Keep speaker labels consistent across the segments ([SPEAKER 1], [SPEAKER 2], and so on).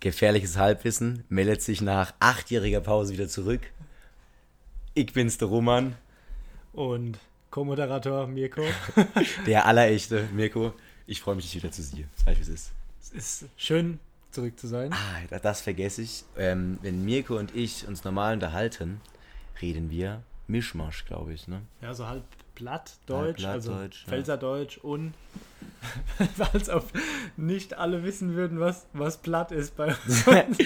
[SPEAKER 1] Gefährliches Halbwissen meldet sich nach achtjähriger Pause wieder zurück. Ich bin's, der Roman,
[SPEAKER 2] Und Co-Moderator Mirko.
[SPEAKER 1] der allerechte Mirko. Ich freue mich, dich wieder zu sehen. Sag ich, wie es ist.
[SPEAKER 2] es ist schön, zurück zu sein.
[SPEAKER 1] Ah, da- das vergesse ich. Ähm, wenn Mirko und ich uns normal unterhalten, reden wir Mischmasch, glaube ich. Ne?
[SPEAKER 2] Ja, so halb Plattdeutsch,
[SPEAKER 1] Halb
[SPEAKER 2] also
[SPEAKER 1] Plattdeutsch, ja.
[SPEAKER 2] Pfälzerdeutsch und als ob nicht alle wissen würden, was, was platt ist bei uns.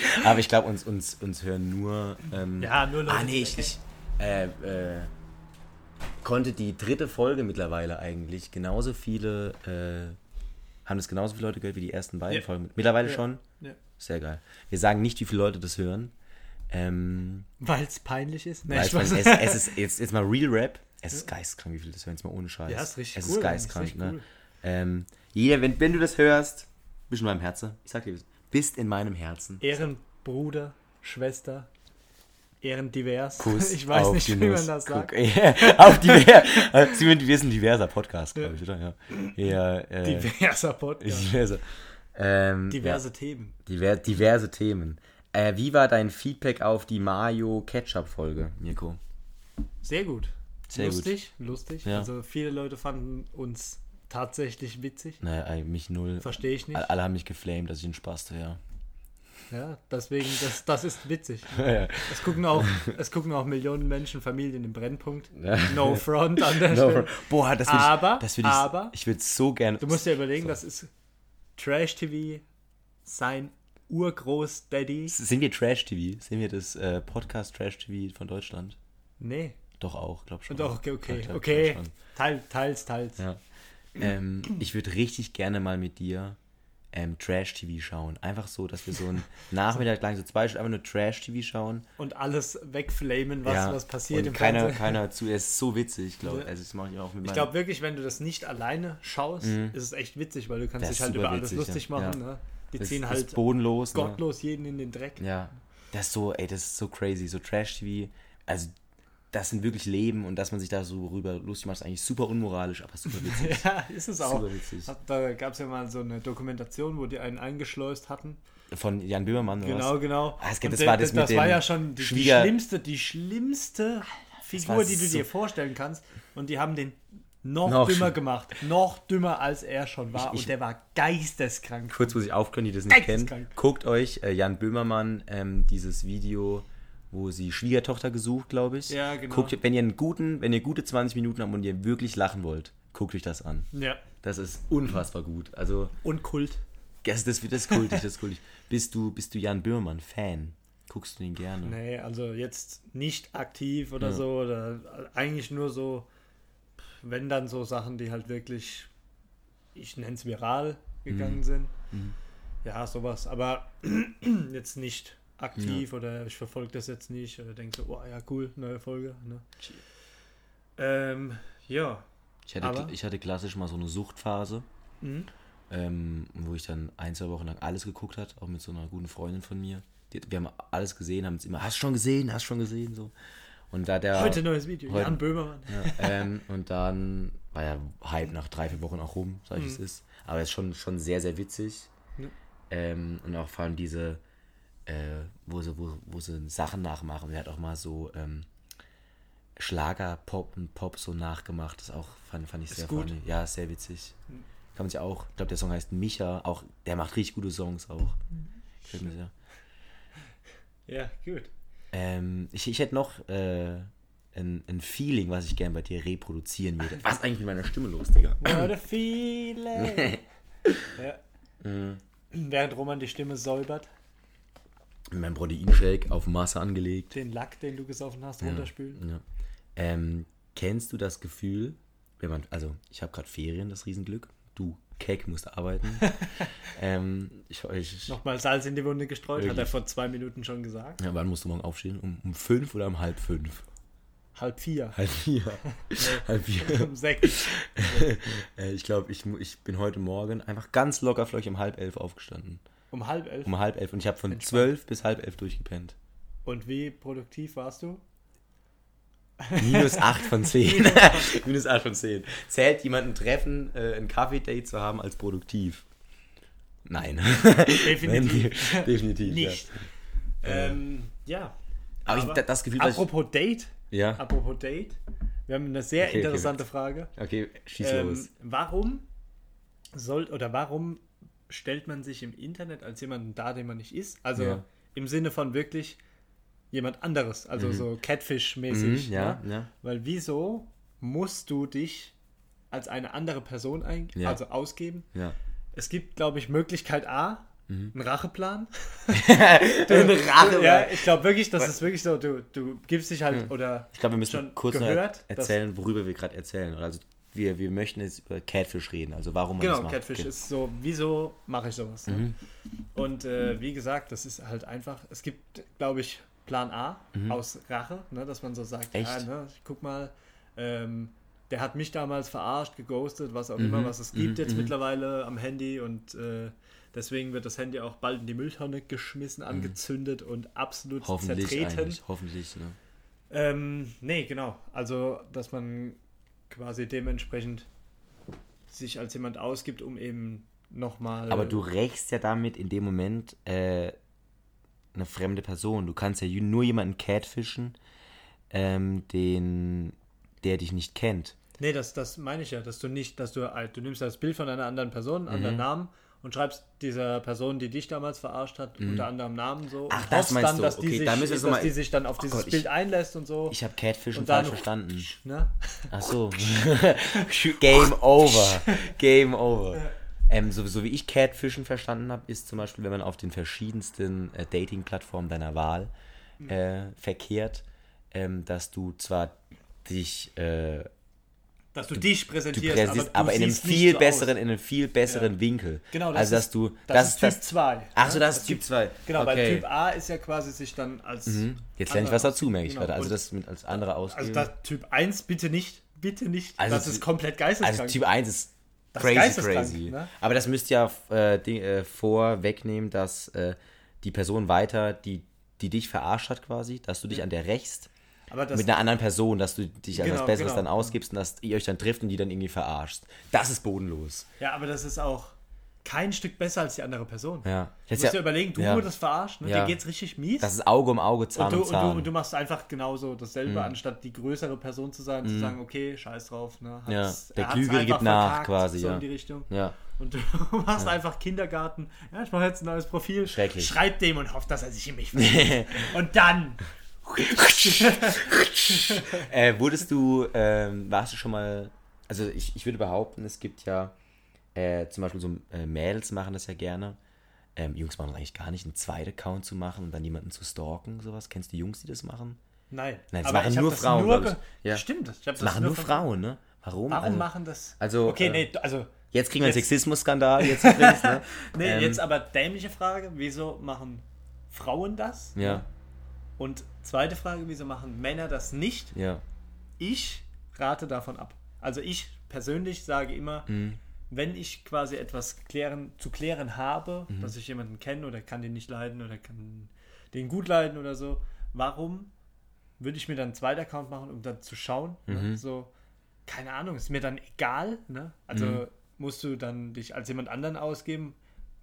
[SPEAKER 1] Aber ich glaube, uns, uns, uns hören nur. Ähm,
[SPEAKER 2] Ja, nur Leute,
[SPEAKER 1] Ah, nee,
[SPEAKER 2] die
[SPEAKER 1] ich, ich äh, äh, konnte die dritte Folge mittlerweile eigentlich genauso viele, äh, haben es genauso viele Leute gehört wie die ersten beiden
[SPEAKER 2] Ja.
[SPEAKER 1] Folgen. Mittlerweile
[SPEAKER 2] Ja.
[SPEAKER 1] schon.
[SPEAKER 2] Ja.
[SPEAKER 1] Sehr geil. Wir sagen nicht, wie viele Leute das hören. Ähm,
[SPEAKER 2] Weil es peinlich ist. Nee,
[SPEAKER 1] weil
[SPEAKER 2] ich
[SPEAKER 1] ich meine,
[SPEAKER 2] weiß-
[SPEAKER 1] es, es ist jetzt, jetzt mal Real Rap. Es ist geistkrank, wie viele das hören. Jetzt mal ohne Scheiß.
[SPEAKER 2] Ja, ist richtig
[SPEAKER 1] Es
[SPEAKER 2] cool,
[SPEAKER 1] ist
[SPEAKER 2] Mann,
[SPEAKER 1] geistkrank,
[SPEAKER 2] ist richtig
[SPEAKER 1] ne?
[SPEAKER 2] cool.
[SPEAKER 1] Ähm, jeder, wenn, wenn du das hörst, bist in meinem Herzen. Ich sag dir, bist in meinem Herzen.
[SPEAKER 2] Ehrenbruder, Schwester, Ehrendivers.
[SPEAKER 1] Kuss
[SPEAKER 2] ich weiß
[SPEAKER 1] auf
[SPEAKER 2] nicht,
[SPEAKER 1] die
[SPEAKER 2] wie
[SPEAKER 1] Nuss.
[SPEAKER 2] man das sagt.
[SPEAKER 1] Guck, ja, auf diver also, Sie sind- wir sind ein diverser Podcast, glaube ich, oder? Ja. Eher, äh,
[SPEAKER 2] Diverser Podcast.
[SPEAKER 1] diverse. Ähm,
[SPEAKER 2] Diverse Themen.
[SPEAKER 1] Ja, diver diverse Themen. Äh, wie war dein Feedback auf die Mayo Ketchup Folge, Mirko?
[SPEAKER 2] Sehr gut.
[SPEAKER 1] Sehr gut.
[SPEAKER 2] lustig, lustig.
[SPEAKER 1] Ja.
[SPEAKER 2] Also viele Leute fanden uns tatsächlich witzig.
[SPEAKER 1] Naja, eigentlich äh, mich null.
[SPEAKER 2] Verstehe ich nicht.
[SPEAKER 1] Alle, alle haben mich geflamed, dass ich einen Spaß hatte, ja.
[SPEAKER 2] Ja, deswegen, das, das ist witzig. Es gucken, auch, es gucken auch Millionen Menschen, Familien im Brennpunkt. No front an der Stelle.
[SPEAKER 1] Boah, das würde
[SPEAKER 2] Aber-
[SPEAKER 1] ich, das würd ich,
[SPEAKER 2] aber-
[SPEAKER 1] ich würde so gerne.
[SPEAKER 2] Du musst dir überlegen, das ist Trash-TV, sein Urgroß-Daddy.
[SPEAKER 1] sind wir Trash TV? Sind wir das äh, Podcast Trash TV von Deutschland?
[SPEAKER 2] Nee,
[SPEAKER 1] Doch auch, glaub schon.
[SPEAKER 2] und auch, okay, okay,
[SPEAKER 1] Ja, glaub-
[SPEAKER 2] okay.
[SPEAKER 1] glaub schon.
[SPEAKER 2] Teil, teils, teils.
[SPEAKER 1] Ja. Ähm,
[SPEAKER 2] Mhm.
[SPEAKER 1] ich würde richtig gerne mal mit dir ähm, Trash-TV schauen. Einfach so, dass wir so einen Nachmittag lang so zwei Stunden einfach nur Trash-TV schauen.
[SPEAKER 2] Und alles wegflamen, was,
[SPEAKER 1] Ja.
[SPEAKER 2] was passiert
[SPEAKER 1] Und
[SPEAKER 2] im
[SPEAKER 1] keiner,
[SPEAKER 2] Fernsehen.
[SPEAKER 1] Keiner hört zu. Er ist so witzig, glaube ich.
[SPEAKER 2] Ja.
[SPEAKER 1] Also, das mache ich auch mit
[SPEAKER 2] Ich glaube wirklich, wenn du das nicht alleine schaust, ist es echt witzig, weil du kannst
[SPEAKER 1] Mhm. Das
[SPEAKER 2] dich
[SPEAKER 1] ist
[SPEAKER 2] halt
[SPEAKER 1] super
[SPEAKER 2] über alles
[SPEAKER 1] witzig,
[SPEAKER 2] lustig
[SPEAKER 1] ja.
[SPEAKER 2] machen.
[SPEAKER 1] Ja.
[SPEAKER 2] Ne? Die
[SPEAKER 1] das
[SPEAKER 2] ziehen
[SPEAKER 1] ist
[SPEAKER 2] halt
[SPEAKER 1] bodenlos. Ne?
[SPEAKER 2] gottlos jeden in den Dreck.
[SPEAKER 1] Ja. Das ist so, ey, das ist so crazy. So Trash-TV. Also, das sind wirklich Leben und dass man sich da so rüber lustig macht, ist eigentlich super unmoralisch, aber super witzig.
[SPEAKER 2] Ja, ist es auch.
[SPEAKER 1] Super witzig.
[SPEAKER 2] Hat, da gab es ja mal so eine Dokumentation, wo die einen eingeschleust hatten.
[SPEAKER 1] Von Jan Böhmermann oder
[SPEAKER 2] Genau,
[SPEAKER 1] was?
[SPEAKER 2] genau.
[SPEAKER 1] Ah, es gibt-
[SPEAKER 2] Und
[SPEAKER 1] das
[SPEAKER 2] der-
[SPEAKER 1] war das mit
[SPEAKER 2] war
[SPEAKER 1] dem
[SPEAKER 2] ja schon die, die
[SPEAKER 1] Schwieger-
[SPEAKER 2] schlimmste, die schlimmste Figur,
[SPEAKER 1] war
[SPEAKER 2] die du
[SPEAKER 1] so-
[SPEAKER 2] dir vorstellen kannst. Und die haben den noch,
[SPEAKER 1] Noch
[SPEAKER 2] dümmer
[SPEAKER 1] schli-
[SPEAKER 2] gemacht. Noch dümmer, als er schon war.
[SPEAKER 1] ich-
[SPEAKER 2] und der war geisteskrank.
[SPEAKER 1] kurz muss ich aufklären, die das nicht kennen.
[SPEAKER 2] Geisteskrank.
[SPEAKER 1] Guckt euch äh, Jan Böhmermann ähm, dieses Video, wo sie Schwiegertochter gesucht, glaube ich.
[SPEAKER 2] Ja, genau.
[SPEAKER 1] Guckt, wenn ihr einen guten, wenn ihr gute 20 Minuten habt und ihr wirklich lachen wollt, guckt euch das an.
[SPEAKER 2] Ja.
[SPEAKER 1] Das ist unfassbar gut. Also,
[SPEAKER 2] Und Kult.
[SPEAKER 1] das, das, das ist kultig, das ist kultig. Bist du, bist du Jan Böhmermann-Fan? Guckst du ihn gerne?
[SPEAKER 2] Nee, also jetzt nicht aktiv oder so. Oder eigentlich nur so, wenn dann so Sachen, die halt wirklich, ich nenne es viral gegangen
[SPEAKER 1] Mhm.
[SPEAKER 2] sind. Ja, sowas. Aber jetzt nicht aktiv oder ich verfolge das jetzt nicht oder denke so, oh ja, cool, neue Folge. Ne? Ähm, ja,
[SPEAKER 1] Ich, hatte,
[SPEAKER 2] Aber- Mhm.
[SPEAKER 1] ich hatte klassisch mal so eine Suchtphase, ähm, wo ich dann ein, zwei Wochen lang alles geguckt hat, auch mit so einer guten Freundin von mir. Die, wir haben alles gesehen, haben uns immer, hast du schon gesehen, hast du schon gesehen, so. Und da der.
[SPEAKER 2] heute neues Video.
[SPEAKER 1] Ah, heute-
[SPEAKER 2] Jan Böhmermann.
[SPEAKER 1] Ja, ähm, und dann war ja Hype nach drei, vier Wochen auch rum, sag ich es ist. Aber es ist schon, schon sehr, sehr witzig.
[SPEAKER 2] Ja.
[SPEAKER 1] Ähm, und auch vor allem diese, äh, wo, sie, wo, wo sie Sachen nachmachen. Er hat auch mal so ähm, Schlager, Pop und Pop so nachgemacht. Das auch fand, fand ich sehr
[SPEAKER 2] gut.
[SPEAKER 1] funny. Ja, ist sehr witzig. Kann man sich auch, ich glaube, der Song heißt Micha. Auch, der macht richtig gute Songs auch. Gefällt mir sehr.
[SPEAKER 2] Ja, gut.
[SPEAKER 1] Ähm, ich, ich hätte noch äh, ein, ein Feeling, was ich gerne bei dir reproduzieren würde. Was ist eigentlich mit meiner Stimme los, Digga?
[SPEAKER 2] What a feeling. ja. Während Roman die Stimme säubert,
[SPEAKER 1] Mein Proteinshake auf Masse angelegt.
[SPEAKER 2] den Lack, den du gesoffen hast, runterspülen.
[SPEAKER 1] Ja. Ähm, kennst du das Gefühl, wenn man, also ich habe gerade Ferien, das Riesenglück. Du, Keck, musst arbeiten. ähm, ich, ich,
[SPEAKER 2] Nochmal Salz in die Wunde gestreut, hat er
[SPEAKER 1] Wirklich.
[SPEAKER 2] vor zwei Minuten schon gesagt.
[SPEAKER 1] ja, wann musst du morgen aufstehen? Um, um fünf oder um halb fünf?
[SPEAKER 2] Halb vier.
[SPEAKER 1] Halb vier. halb vier.
[SPEAKER 2] Um sechs.
[SPEAKER 1] Äh, ich glaube, ich, mu- ich bin heute Morgen einfach ganz locker vielleicht um halb elf aufgestanden.
[SPEAKER 2] Um halb elf.
[SPEAKER 1] Um halb elf. Und ich habe von zwölf bis halb elf durchgepennt.
[SPEAKER 2] Und wie produktiv warst du?
[SPEAKER 1] Minus 8 von 10. Minus 8 von 10. Zählt jemanden treffen, äh, ein Kaffee-Date zu haben als produktiv? Nein.
[SPEAKER 2] Definitiv.
[SPEAKER 1] Nein, definitiv.
[SPEAKER 2] Nicht. Ähm, ja.
[SPEAKER 1] Ja. Aber, ich, das Gefühl, dass ich,
[SPEAKER 2] Apropos Date.
[SPEAKER 1] ja.
[SPEAKER 2] Apropos Date. Wir haben eine sehr
[SPEAKER 1] Okay, okay.
[SPEAKER 2] interessante Frage.
[SPEAKER 1] Okay, schieß
[SPEAKER 2] Ähm,
[SPEAKER 1] los.
[SPEAKER 2] warum soll oder warum stellt man sich im Internet als jemanden dar, den man nicht ist? Also
[SPEAKER 1] Ja.
[SPEAKER 2] im Sinne von wirklich jemand anderes, also so Catfish-mäßig.
[SPEAKER 1] Mhm, ja,
[SPEAKER 2] ne?
[SPEAKER 1] ja.
[SPEAKER 2] Weil wieso musst du dich als eine andere Person ein,
[SPEAKER 1] Ja.
[SPEAKER 2] also ausgeben?
[SPEAKER 1] Ja.
[SPEAKER 2] Es gibt, glaube ich, Möglichkeit A,
[SPEAKER 1] Mhm.
[SPEAKER 2] einen Racheplan. Ja, ich glaube wirklich, das ist wirklich so, du, du gibst dich halt oder
[SPEAKER 1] Hm. Ich glaube, wir müssen
[SPEAKER 2] schon
[SPEAKER 1] kurz noch
[SPEAKER 2] gehört, dass-
[SPEAKER 1] erzählen, worüber wir gerade erzählen. Also wir, wir möchten jetzt über Catfish reden, also warum man das
[SPEAKER 2] Genau,
[SPEAKER 1] macht. Mhm.
[SPEAKER 2] Catfish
[SPEAKER 1] Ge-
[SPEAKER 2] ist so, wieso mache ich sowas? Ne? Und äh, wie gesagt, das ist halt einfach, es gibt, glaube ich, Plan A aus Rache, ne, dass man so sagt, ja,
[SPEAKER 1] Mhm. Echt?
[SPEAKER 2] ne, ich guck mal, ähm, der hat mich damals verarscht, geghostet, was auch
[SPEAKER 1] Mhm.
[SPEAKER 2] immer, was es gibt jetzt mittlerweile am Handy und äh, deswegen wird das Handy auch bald in die Mülltonne geschmissen, angezündet und absolut
[SPEAKER 1] Mhm. Hoffentlich
[SPEAKER 2] zertreten.
[SPEAKER 1] eigentlich, hoffentlich. Ne?
[SPEAKER 2] Ähm, nee, genau. Also, dass man quasi dementsprechend sich als jemand ausgibt, um eben nochmal.
[SPEAKER 1] Aber du rächst ja damit in dem Moment äh, eine fremde Person. Du kannst ja ju- nur jemanden catfischen, ähm, den, der dich nicht kennt.
[SPEAKER 2] Nee, das, das meine ich ja, dass du nicht, dass du. äh, Du nimmst das Bild von einer anderen Person, einen
[SPEAKER 1] Mhm.
[SPEAKER 2] anderen Namen und schreibst dieser Person, die dich damals verarscht hat, unter anderem Namen so.
[SPEAKER 1] Mhm. Ach,
[SPEAKER 2] und
[SPEAKER 1] das
[SPEAKER 2] hoffst
[SPEAKER 1] meinst
[SPEAKER 2] dann,
[SPEAKER 1] du.
[SPEAKER 2] dass, die
[SPEAKER 1] Okay,
[SPEAKER 2] sich,
[SPEAKER 1] da müssen wir
[SPEAKER 2] dass
[SPEAKER 1] es noch mal-
[SPEAKER 2] die sich dann auf
[SPEAKER 1] Oh
[SPEAKER 2] dieses
[SPEAKER 1] Gott, ich-
[SPEAKER 2] Bild einlässt und so.
[SPEAKER 1] Ich habe Catfischen
[SPEAKER 2] Und dann-
[SPEAKER 1] falsch verstanden.
[SPEAKER 2] ne?
[SPEAKER 1] Ach so. Game over. Game over. Ähm, so, so wie ich Catfischen verstanden habe, ist zum Beispiel, wenn man auf den verschiedensten äh, Dating-Plattformen deiner Wahl
[SPEAKER 2] Mhm.
[SPEAKER 1] äh, verkehrt, ähm, dass du zwar dich äh,
[SPEAKER 2] Dass du, dich
[SPEAKER 1] du
[SPEAKER 2] präsentierst,
[SPEAKER 1] präsentierst,
[SPEAKER 2] du
[SPEAKER 1] aber, in einem
[SPEAKER 2] siehst nicht
[SPEAKER 1] viel
[SPEAKER 2] so
[SPEAKER 1] besseren, in einem viel besseren Winkel.
[SPEAKER 2] Genau, das
[SPEAKER 1] also dass
[SPEAKER 2] ist-
[SPEAKER 1] du
[SPEAKER 2] Aus. Das, ist Typ ne? 2.
[SPEAKER 1] Ach so, das ist Typ 2.
[SPEAKER 2] Genau, weil
[SPEAKER 1] okay. Mhm.
[SPEAKER 2] Typ A ist ja quasi sich dann als.
[SPEAKER 1] Jetzt lerne ich
[SPEAKER 2] anderer
[SPEAKER 1] was dazu, merke ich
[SPEAKER 2] Genau,
[SPEAKER 1] gerade. Also
[SPEAKER 2] und-
[SPEAKER 1] das mit als andere
[SPEAKER 2] Also
[SPEAKER 1] ausgeben.
[SPEAKER 2] das Typ 1 bitte nicht, bitte nicht.
[SPEAKER 1] Also
[SPEAKER 2] das
[SPEAKER 1] Typ-
[SPEAKER 2] ist komplett geisteskrank.
[SPEAKER 1] Also Typ 1 ist
[SPEAKER 2] Das ist
[SPEAKER 1] crazy,
[SPEAKER 2] geisteskrank,
[SPEAKER 1] crazy.
[SPEAKER 2] ne?
[SPEAKER 1] Aber das müsst ihr ja äh, Ding- äh, vorwegnehmen, dass äh, die Person weiter, die, die dich verarscht hat quasi, dass du dich an der rächst
[SPEAKER 2] Aber das,
[SPEAKER 1] mit einer anderen Person, dass du dich an
[SPEAKER 2] Genau,
[SPEAKER 1] was Besseres
[SPEAKER 2] genau.
[SPEAKER 1] dann ausgibst und dass ihr euch dann trifft und die dann irgendwie verarscht. Das ist bodenlos.
[SPEAKER 2] ja, aber das ist auch kein Stück besser als die andere Person.
[SPEAKER 1] Ja.
[SPEAKER 2] Du musst dir überlegen, du
[SPEAKER 1] ja.
[SPEAKER 2] wurdest verarscht, ne?
[SPEAKER 1] Ja.
[SPEAKER 2] dir geht's richtig mies.
[SPEAKER 1] Das ist Auge um Auge, Zahn
[SPEAKER 2] und, du,
[SPEAKER 1] um
[SPEAKER 2] und, du,
[SPEAKER 1] Zahn.
[SPEAKER 2] und du machst einfach genauso dasselbe,
[SPEAKER 1] Hm.
[SPEAKER 2] anstatt die größere Person zu sein, zu sagen, okay, scheiß drauf. Ne?
[SPEAKER 1] Ja, der
[SPEAKER 2] er hat's
[SPEAKER 1] Klügere
[SPEAKER 2] einfach
[SPEAKER 1] gibt nach
[SPEAKER 2] verkackt,
[SPEAKER 1] quasi,
[SPEAKER 2] So
[SPEAKER 1] ja.
[SPEAKER 2] in die Richtung.
[SPEAKER 1] ja.
[SPEAKER 2] Und du machst einfach Kindergarten. Ja, ich mache jetzt ein neues Profil.
[SPEAKER 1] Schrecklich.
[SPEAKER 2] Schreib dem und hofft, dass er sich in mich verliebt. und dann.
[SPEAKER 1] Äh, wurdest du, ähm, warst du schon mal, also ich, ich würde behaupten, es gibt ja äh, zum Beispiel so äh, Mädels machen das ja gerne. Ähm, Jungs machen das eigentlich gar nicht, einen zweiten Account zu machen und dann jemanden zu stalken, sowas. Kennst du Jungs, die das machen?
[SPEAKER 2] Nein.
[SPEAKER 1] Nein, das
[SPEAKER 2] aber
[SPEAKER 1] machen
[SPEAKER 2] ich hab
[SPEAKER 1] nur
[SPEAKER 2] das
[SPEAKER 1] Frauen,
[SPEAKER 2] Nur
[SPEAKER 1] glaub ich.
[SPEAKER 2] ge-
[SPEAKER 1] Ja.
[SPEAKER 2] Stimmt, ich habe das,
[SPEAKER 1] Das machen nur
[SPEAKER 2] von-
[SPEAKER 1] Frauen, ne? Warum?
[SPEAKER 2] Warum
[SPEAKER 1] also,
[SPEAKER 2] machen das?
[SPEAKER 1] also,
[SPEAKER 2] okay,
[SPEAKER 1] äh,
[SPEAKER 2] nee, also
[SPEAKER 1] Jetzt kriegen wir einen
[SPEAKER 2] jetzt-
[SPEAKER 1] Sexismus-Skandal, jetzt übrigens, ne?
[SPEAKER 2] nee,
[SPEAKER 1] ähm,
[SPEAKER 2] jetzt aber dämliche Frage, wieso machen Frauen das?
[SPEAKER 1] Ja,
[SPEAKER 2] Und zweite Frage, wieso machen Männer das nicht?
[SPEAKER 1] ja.
[SPEAKER 2] Ich rate davon ab. Also ich persönlich sage immer, wenn ich quasi etwas klären, zu klären habe, dass ich jemanden kenne oder kann den nicht leiden oder kann den gut leiden oder so, warum würde ich mir dann einen zweiten Account machen, um dann zu schauen? Ne? So, keine Ahnung, ist mir dann egal. Ne? Also musst du dann dich als jemand anderen ausgeben?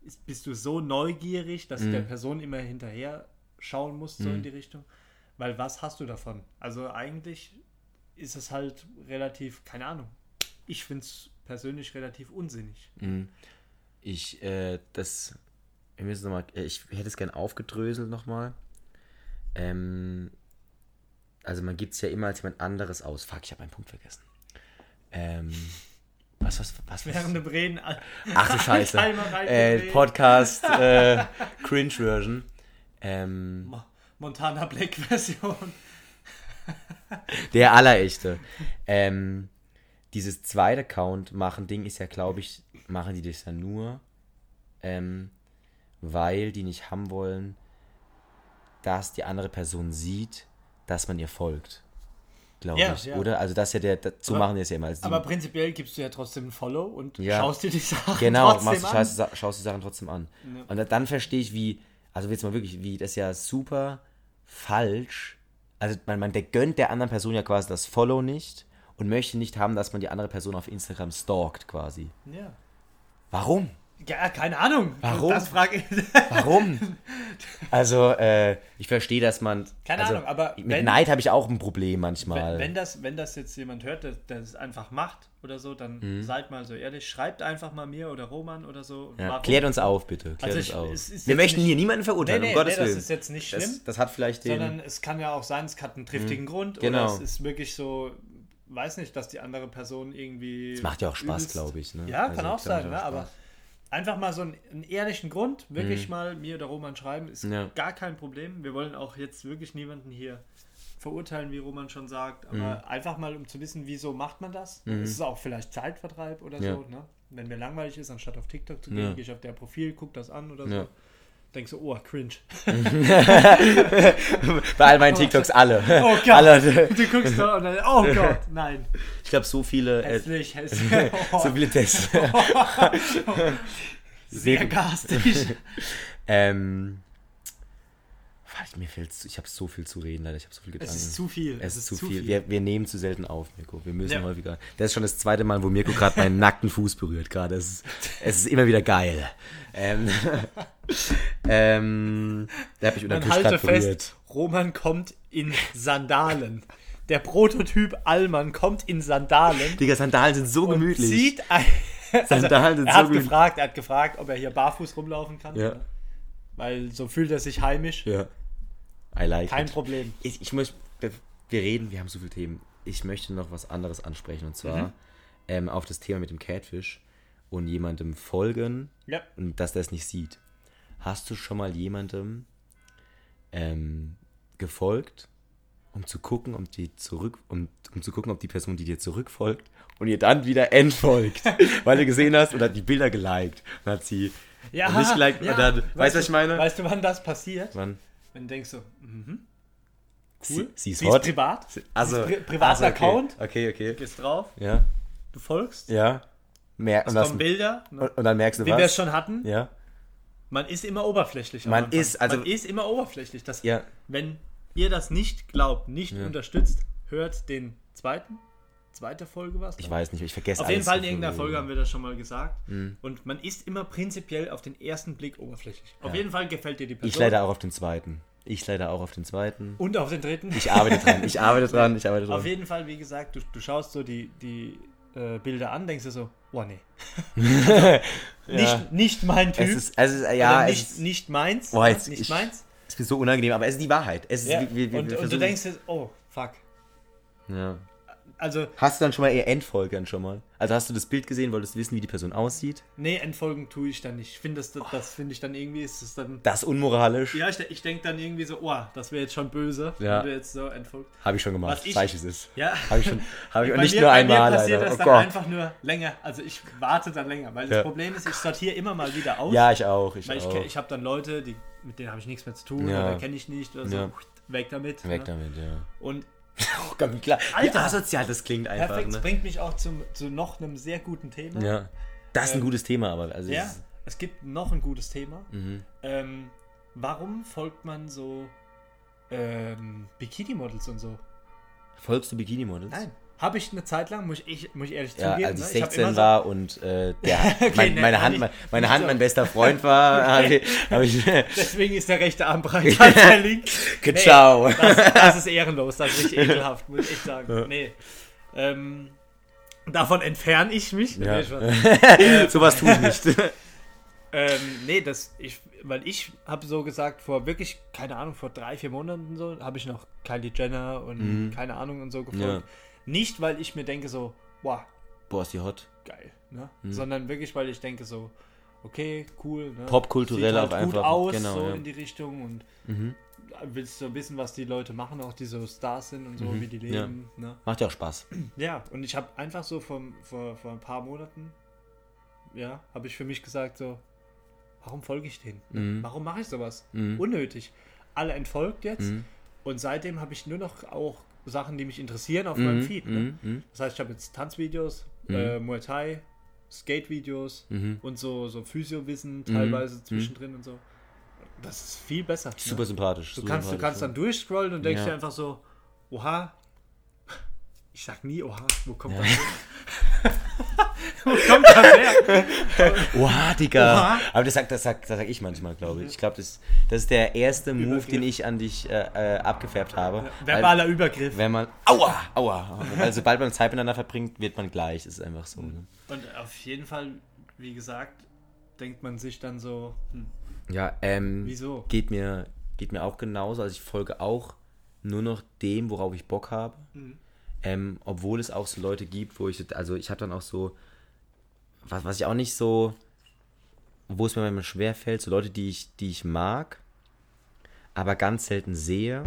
[SPEAKER 2] Ist, bist du so neugierig, dass du der Person immer hinterher schauen musst, so in die Richtung? Weil was hast du davon? Also eigentlich ist es halt relativ, keine Ahnung. Ich finde es persönlich relativ unsinnig.
[SPEAKER 1] Ich, äh, das, wir müssen noch mal, äh, ich hätte es gern aufgedröselt nochmal. Ähm, also man gibt es ja immer als jemand anderes aus. Fuck, ich habe einen Punkt vergessen. Ähm, was, was, was,
[SPEAKER 2] Während äh,
[SPEAKER 1] was?
[SPEAKER 2] dem Reden. all-
[SPEAKER 1] Ach du Scheiße.
[SPEAKER 2] Timer rein
[SPEAKER 1] äh,
[SPEAKER 2] gedreht.
[SPEAKER 1] Podcast, äh, Cringe-Version. Ähm,
[SPEAKER 2] Mo- Montana Black Version.
[SPEAKER 1] der allerechte. Ähm, dieses zweite Account machen Ding ist ja, glaube ich, machen die das ja nur, ähm, weil die nicht haben wollen, dass die andere Person sieht, dass man ihr folgt. Glaube
[SPEAKER 2] Ja,
[SPEAKER 1] ich,
[SPEAKER 2] ja.
[SPEAKER 1] oder? Also das ist ja der, dazu
[SPEAKER 2] Aber-
[SPEAKER 1] machen die es ja immer. Also die,
[SPEAKER 2] Aber prinzipiell gibst du ja trotzdem ein Follow und
[SPEAKER 1] Ja.
[SPEAKER 2] schaust dir die Sachen
[SPEAKER 1] genau,
[SPEAKER 2] trotzdem
[SPEAKER 1] machst du
[SPEAKER 2] an.
[SPEAKER 1] Scheiße, Sa- schaust die Sachen trotzdem an. Und da- dann verstehe ich, wie, also jetzt mal wirklich, wie das ja super falsch, also man, man der gönnt der anderen Person ja quasi das Follow nicht und möchte nicht haben, dass man die andere Person auf Instagram stalkt quasi.
[SPEAKER 2] Ja.
[SPEAKER 1] Warum?
[SPEAKER 2] Ja, keine Ahnung.
[SPEAKER 1] Warum?
[SPEAKER 2] Das frage ich.
[SPEAKER 1] Warum? Also, äh, ich verstehe, dass man.
[SPEAKER 2] Keine
[SPEAKER 1] also,
[SPEAKER 2] Ahnung, aber
[SPEAKER 1] Mit
[SPEAKER 2] wenn-
[SPEAKER 1] Neid habe ich auch ein Problem manchmal.
[SPEAKER 2] Wenn, wenn, das, wenn das jetzt jemand hört, der, der es einfach macht oder so, dann
[SPEAKER 1] Mhm.
[SPEAKER 2] seid mal so ehrlich. Schreibt einfach mal mir oder Roman oder so.
[SPEAKER 1] ja,
[SPEAKER 2] warum-
[SPEAKER 1] klärt uns auf, bitte. Klärt
[SPEAKER 2] Also
[SPEAKER 1] uns
[SPEAKER 2] ich-
[SPEAKER 1] auf.
[SPEAKER 2] es ist
[SPEAKER 1] Wir
[SPEAKER 2] jetzt
[SPEAKER 1] möchten
[SPEAKER 2] nicht-
[SPEAKER 1] hier niemanden verurteilen,
[SPEAKER 2] Nee, nee,
[SPEAKER 1] um Gottes
[SPEAKER 2] nee, das
[SPEAKER 1] Willen.
[SPEAKER 2] ist jetzt nicht schlimm.
[SPEAKER 1] das, das hat vielleicht den.
[SPEAKER 2] sondern es kann ja auch sein, es hat einen triftigen Grund
[SPEAKER 1] Genau.
[SPEAKER 2] oder es ist wirklich so, weiß nicht, dass die andere Person irgendwie. Es
[SPEAKER 1] macht ja auch Spaß, glaube ich, ne?
[SPEAKER 2] Ja,
[SPEAKER 1] Also,
[SPEAKER 2] kann auch
[SPEAKER 1] glaub ich,
[SPEAKER 2] sein,
[SPEAKER 1] auch
[SPEAKER 2] ne?
[SPEAKER 1] Spaß.
[SPEAKER 2] aber einfach mal so einen, einen ehrlichen Grund, wirklich mal mir oder Roman schreiben, ist
[SPEAKER 1] Mhm. Ja.
[SPEAKER 2] gar kein Problem. Wir wollen auch jetzt wirklich niemanden hier verurteilen, wie Roman schon sagt, aber
[SPEAKER 1] Mhm.
[SPEAKER 2] einfach mal, um zu wissen, wieso macht man das. Es ist auch vielleicht Zeitvertreib oder
[SPEAKER 1] Ja.
[SPEAKER 2] so, ne? Wenn mir langweilig ist, anstatt auf TikTok zu gehen,
[SPEAKER 1] Ja.
[SPEAKER 2] gehe ich auf der Profil, guck das an oder
[SPEAKER 1] Ja.
[SPEAKER 2] so. Denkst du, oh, cringe.
[SPEAKER 1] Bei all meinen TikToks alle.
[SPEAKER 2] Oh Gott.
[SPEAKER 1] alle
[SPEAKER 2] Du guckst da und dann, oh Gott, nein.
[SPEAKER 1] ich glaube, so viele. Äh,
[SPEAKER 2] Hässlich, hässlich. Oh,
[SPEAKER 1] so viele Tests.
[SPEAKER 2] sehr garstig.
[SPEAKER 1] ähm. fuck, Mir fällt's, ich habe so viel zu reden, leider. Ich habe so viel Gedanken.
[SPEAKER 2] Es ist zu viel.
[SPEAKER 1] Es ist zu viel. Wir, wir nehmen zu selten auf, Mirko. Wir müssen
[SPEAKER 2] Ja.
[SPEAKER 1] häufiger. Das ist schon das zweite Mal, wo Mirko gerade meinen nackten Fuß berührt. Gerade. Es, ist- es ist immer wieder geil. Ähm, ähm, der hat mich unter
[SPEAKER 2] Dann
[SPEAKER 1] den Tisch gerade
[SPEAKER 2] halte fest,
[SPEAKER 1] berührt.
[SPEAKER 2] Roman kommt in Sandalen. Der Prototyp Allmann kommt in Sandalen.
[SPEAKER 1] Digga, Sandalen sind so
[SPEAKER 2] und
[SPEAKER 1] gemütlich.
[SPEAKER 2] Zieht ein,
[SPEAKER 1] Sandalen sind
[SPEAKER 2] er
[SPEAKER 1] so
[SPEAKER 2] hat
[SPEAKER 1] gemütlich.
[SPEAKER 2] gefragt, er hat gefragt, ob er hier barfuß rumlaufen kann.
[SPEAKER 1] Ja,
[SPEAKER 2] Weil so fühlt er sich heimisch.
[SPEAKER 1] ja. I like
[SPEAKER 2] Kein
[SPEAKER 1] it.
[SPEAKER 2] Problem.
[SPEAKER 1] Ich, ich möchte, wir reden, wir haben so viele Themen. Ich möchte noch was anderes ansprechen und zwar ähm, auf das Thema mit dem Catfish und jemandem folgen
[SPEAKER 2] Ja.
[SPEAKER 1] und dass der es nicht sieht. Hast du schon mal jemandem ähm, gefolgt, um zu gucken, ob die zurück, um, um zu gucken, ob die Person, die dir zurückfolgt und ihr dann wieder entfolgt, weil du gesehen hast und hat die Bilder geliked und hat sie
[SPEAKER 2] Ja,
[SPEAKER 1] und nicht geliked und dann, weißt du, was ich meine?
[SPEAKER 2] Weißt du, wann das passiert?
[SPEAKER 1] Wann?
[SPEAKER 2] Wenn du denkst so, mhm,
[SPEAKER 1] Sie,
[SPEAKER 2] cool.
[SPEAKER 1] sie ist hot.
[SPEAKER 2] privat.
[SPEAKER 1] also,
[SPEAKER 2] pri- privater
[SPEAKER 1] also, okay.
[SPEAKER 2] Account.
[SPEAKER 1] Okay, okay.
[SPEAKER 2] Gehst drauf,
[SPEAKER 1] Ja.
[SPEAKER 2] du folgst,
[SPEAKER 1] Ja. Mer und, das,
[SPEAKER 2] kommen Bilder, ne?
[SPEAKER 1] und, und dann merkst du
[SPEAKER 2] wie wir es
[SPEAKER 1] was.
[SPEAKER 2] schon hatten.
[SPEAKER 1] Ja.
[SPEAKER 2] Man ist immer oberflächlich. am
[SPEAKER 1] Man
[SPEAKER 2] Anfang.
[SPEAKER 1] ist, also-
[SPEAKER 2] man ist immer oberflächlich. Das,
[SPEAKER 1] Ja.
[SPEAKER 2] Wenn ihr das nicht glaubt, nicht unterstützt, hört den zweiten, zweite Folge was.
[SPEAKER 1] Ich weiß nicht, ich vergesse
[SPEAKER 2] Auf
[SPEAKER 1] alles
[SPEAKER 2] jeden Fall in
[SPEAKER 1] so
[SPEAKER 2] irgendeiner
[SPEAKER 1] viel. Mhm.
[SPEAKER 2] Folge haben wir das schon mal gesagt. Und man ist immer prinzipiell auf den ersten Blick oberflächlich. Auf jeden Fall gefällt dir die Person.
[SPEAKER 1] Ich leider auch auf den zweiten. Ich leider auch auf den zweiten.
[SPEAKER 2] Und auf den dritten.
[SPEAKER 1] Ich arbeite dran, ich arbeite dran, ich arbeite
[SPEAKER 2] Auf
[SPEAKER 1] dran.
[SPEAKER 2] jeden Fall, wie gesagt, du, du schaust so die, die äh, Bilder an, denkst dir so, oh nee. Also, nicht, nicht mein Typ.
[SPEAKER 1] Es ist, es ist,
[SPEAKER 2] oder
[SPEAKER 1] ja, es
[SPEAKER 2] nicht,
[SPEAKER 1] ist,
[SPEAKER 2] nicht meins.
[SPEAKER 1] Boah, jetzt-
[SPEAKER 2] nicht
[SPEAKER 1] ich-
[SPEAKER 2] meins.
[SPEAKER 1] es ist so unangenehm, aber es ist die Wahrheit. Es ist,
[SPEAKER 2] Ja.
[SPEAKER 1] wir- wir- wir
[SPEAKER 2] und, und du
[SPEAKER 1] versuchen-
[SPEAKER 2] denkst jetzt, oh, fuck.
[SPEAKER 1] Ja.
[SPEAKER 2] Also,
[SPEAKER 1] Hast du dann schon mal ihr Endfolgern schon mal? Also hast du das Bild gesehen, wolltest wissen, wie die Person aussieht?
[SPEAKER 2] nee, entfolgen tue ich dann nicht. Ich finde, das, das, das
[SPEAKER 1] Oh.
[SPEAKER 2] finde ich dann irgendwie, ist es dann.
[SPEAKER 1] Das ist unmoralisch.
[SPEAKER 2] Ja, ich, ich denke dann irgendwie so, oh, das wäre jetzt schon böse,
[SPEAKER 1] Ja.
[SPEAKER 2] wenn du jetzt so entfolgt.
[SPEAKER 1] Habe ich schon gemacht.
[SPEAKER 2] Was ich-
[SPEAKER 1] Weiß ich es.
[SPEAKER 2] Ja.
[SPEAKER 1] Habe ich schon. Habe ich und
[SPEAKER 2] Bei
[SPEAKER 1] nicht
[SPEAKER 2] mir-
[SPEAKER 1] nur
[SPEAKER 2] bei
[SPEAKER 1] einmal,
[SPEAKER 2] Mir passiert
[SPEAKER 1] Alter.
[SPEAKER 2] das
[SPEAKER 1] Oh
[SPEAKER 2] dann
[SPEAKER 1] Gott.
[SPEAKER 2] einfach nur länger. Also ich warte dann länger, weil
[SPEAKER 1] Ja.
[SPEAKER 2] das Problem ist, ich sortiere immer mal wieder aus.
[SPEAKER 1] Ja, ich auch. Ich
[SPEAKER 2] weil ich,
[SPEAKER 1] auch.
[SPEAKER 2] ke- ich habe dann Leute, die, mit denen habe ich nichts mehr zu tun
[SPEAKER 1] Ja.
[SPEAKER 2] oder kenne ich nicht oder so.
[SPEAKER 1] Ja.
[SPEAKER 2] Weg damit.
[SPEAKER 1] Weg
[SPEAKER 2] ne?
[SPEAKER 1] damit, ja.
[SPEAKER 2] Und
[SPEAKER 1] Oh Gott, klar.
[SPEAKER 2] Alter.
[SPEAKER 1] Wie asozial das klingt einfach.
[SPEAKER 2] perfekt,
[SPEAKER 1] ne?
[SPEAKER 2] das bringt mich auch zum, zu noch einem sehr guten Thema.
[SPEAKER 1] Ja. Das ist ein gutes Thema, aber also
[SPEAKER 2] Ähm, Ja,
[SPEAKER 1] es ist, Mhm.
[SPEAKER 2] es gibt noch ein gutes Thema. Ähm, warum folgt man so ähm, Bikini-Models und so?
[SPEAKER 1] folgst du Bikini Models?
[SPEAKER 2] Nein. Habe ich eine Zeit lang, muss ich, muss ich ehrlich
[SPEAKER 1] Ja,
[SPEAKER 2] zugeben.
[SPEAKER 1] als ich
[SPEAKER 2] ne? hab
[SPEAKER 1] 16
[SPEAKER 2] immer so-
[SPEAKER 1] war und äh, der, mein,
[SPEAKER 2] ne,
[SPEAKER 1] meine
[SPEAKER 2] noch
[SPEAKER 1] Hand,
[SPEAKER 2] nicht.
[SPEAKER 1] mein, meine Hand mein bester Freund war, habe ich, hab ich
[SPEAKER 2] Deswegen ist der rechte Arm breiter als der linke.
[SPEAKER 1] Ciao.
[SPEAKER 2] Das, das ist ehrenlos, das ist richtig ekelhaft, muss ich echt sagen. Nee. Ähm, davon entferne ich mich.
[SPEAKER 1] Ja.
[SPEAKER 2] Nee, Spaß. äh,
[SPEAKER 1] Sowas tue ich nicht.
[SPEAKER 2] Ähm, nee, das, ich, weil ich habe so gesagt, vor wirklich, keine Ahnung, vor drei, vier Monaten so, habe ich noch Kylie Jenner und keine Ahnung und so gefolgt.
[SPEAKER 1] Mhm. Ja.
[SPEAKER 2] Nicht, weil ich mir denke so, wow,
[SPEAKER 1] Boah, ist die hot.
[SPEAKER 2] geil, ne?
[SPEAKER 1] Mhm.
[SPEAKER 2] Sondern wirklich, weil ich denke so, okay, cool, ne?
[SPEAKER 1] Popkulturell
[SPEAKER 2] Sieht halt
[SPEAKER 1] auch
[SPEAKER 2] gut
[SPEAKER 1] einfach,
[SPEAKER 2] aus,
[SPEAKER 1] genau,
[SPEAKER 2] so
[SPEAKER 1] ja. Mhm.
[SPEAKER 2] in die Richtung und willst so wissen, was die Leute machen, auch die so Stars sind und so, wie die
[SPEAKER 1] Mhm. ja.
[SPEAKER 2] leben, ne?
[SPEAKER 1] Macht ja auch Spaß.
[SPEAKER 2] Ja, und ich habe einfach so vom, vor, vor ein paar Monaten, ja, habe ich für mich gesagt, so, warum folge ich denen? Warum mache ich sowas? Unnötig. Alle entfolgt jetzt und seitdem habe ich nur noch auch Sachen, die mich interessieren auf meinem Feed. Ne? Das heißt, ich habe jetzt Tanzvideos, äh, Muay Thai, Skate-Videos und so, so Physio-Wissen teilweise zwischendrin und so. Das ist viel besser. ne?
[SPEAKER 1] Super sympathisch.
[SPEAKER 2] Du
[SPEAKER 1] super
[SPEAKER 2] kannst, du
[SPEAKER 1] sympathisch,
[SPEAKER 2] kannst dann durchscrollen und denkst
[SPEAKER 1] Ja.
[SPEAKER 2] dir einfach so, oha, ich sag nie oha, wo kommt das Wo kommt das her?
[SPEAKER 1] Oha, Digga.
[SPEAKER 2] Oha.
[SPEAKER 1] Aber das sag, das sag, das sag ich manchmal, glaube ich. Ich glaube, das, das ist der erste Move, den ich an dich äh, äh, abgefärbt habe. Weil,
[SPEAKER 2] Verbaler Übergriff.
[SPEAKER 1] wenn man. Aua! Aua! Also, sobald man Zeit miteinander verbringt, wird man gleich. Das ist einfach so. Ne?
[SPEAKER 2] Und auf jeden Fall, wie gesagt, denkt man sich dann so, hm,
[SPEAKER 1] Ja, ähm.
[SPEAKER 2] Wieso?
[SPEAKER 1] Geht mir, geht mir auch genauso. Also ich folge auch nur noch dem, worauf ich Bock habe.
[SPEAKER 2] Mhm.
[SPEAKER 1] Ähm, obwohl es auch so Leute gibt, wo ich, also ich habe dann auch so, was, was ich auch nicht so, wo es mir manchmal schwer fällt, so Leute, die ich, die ich mag, aber ganz selten sehe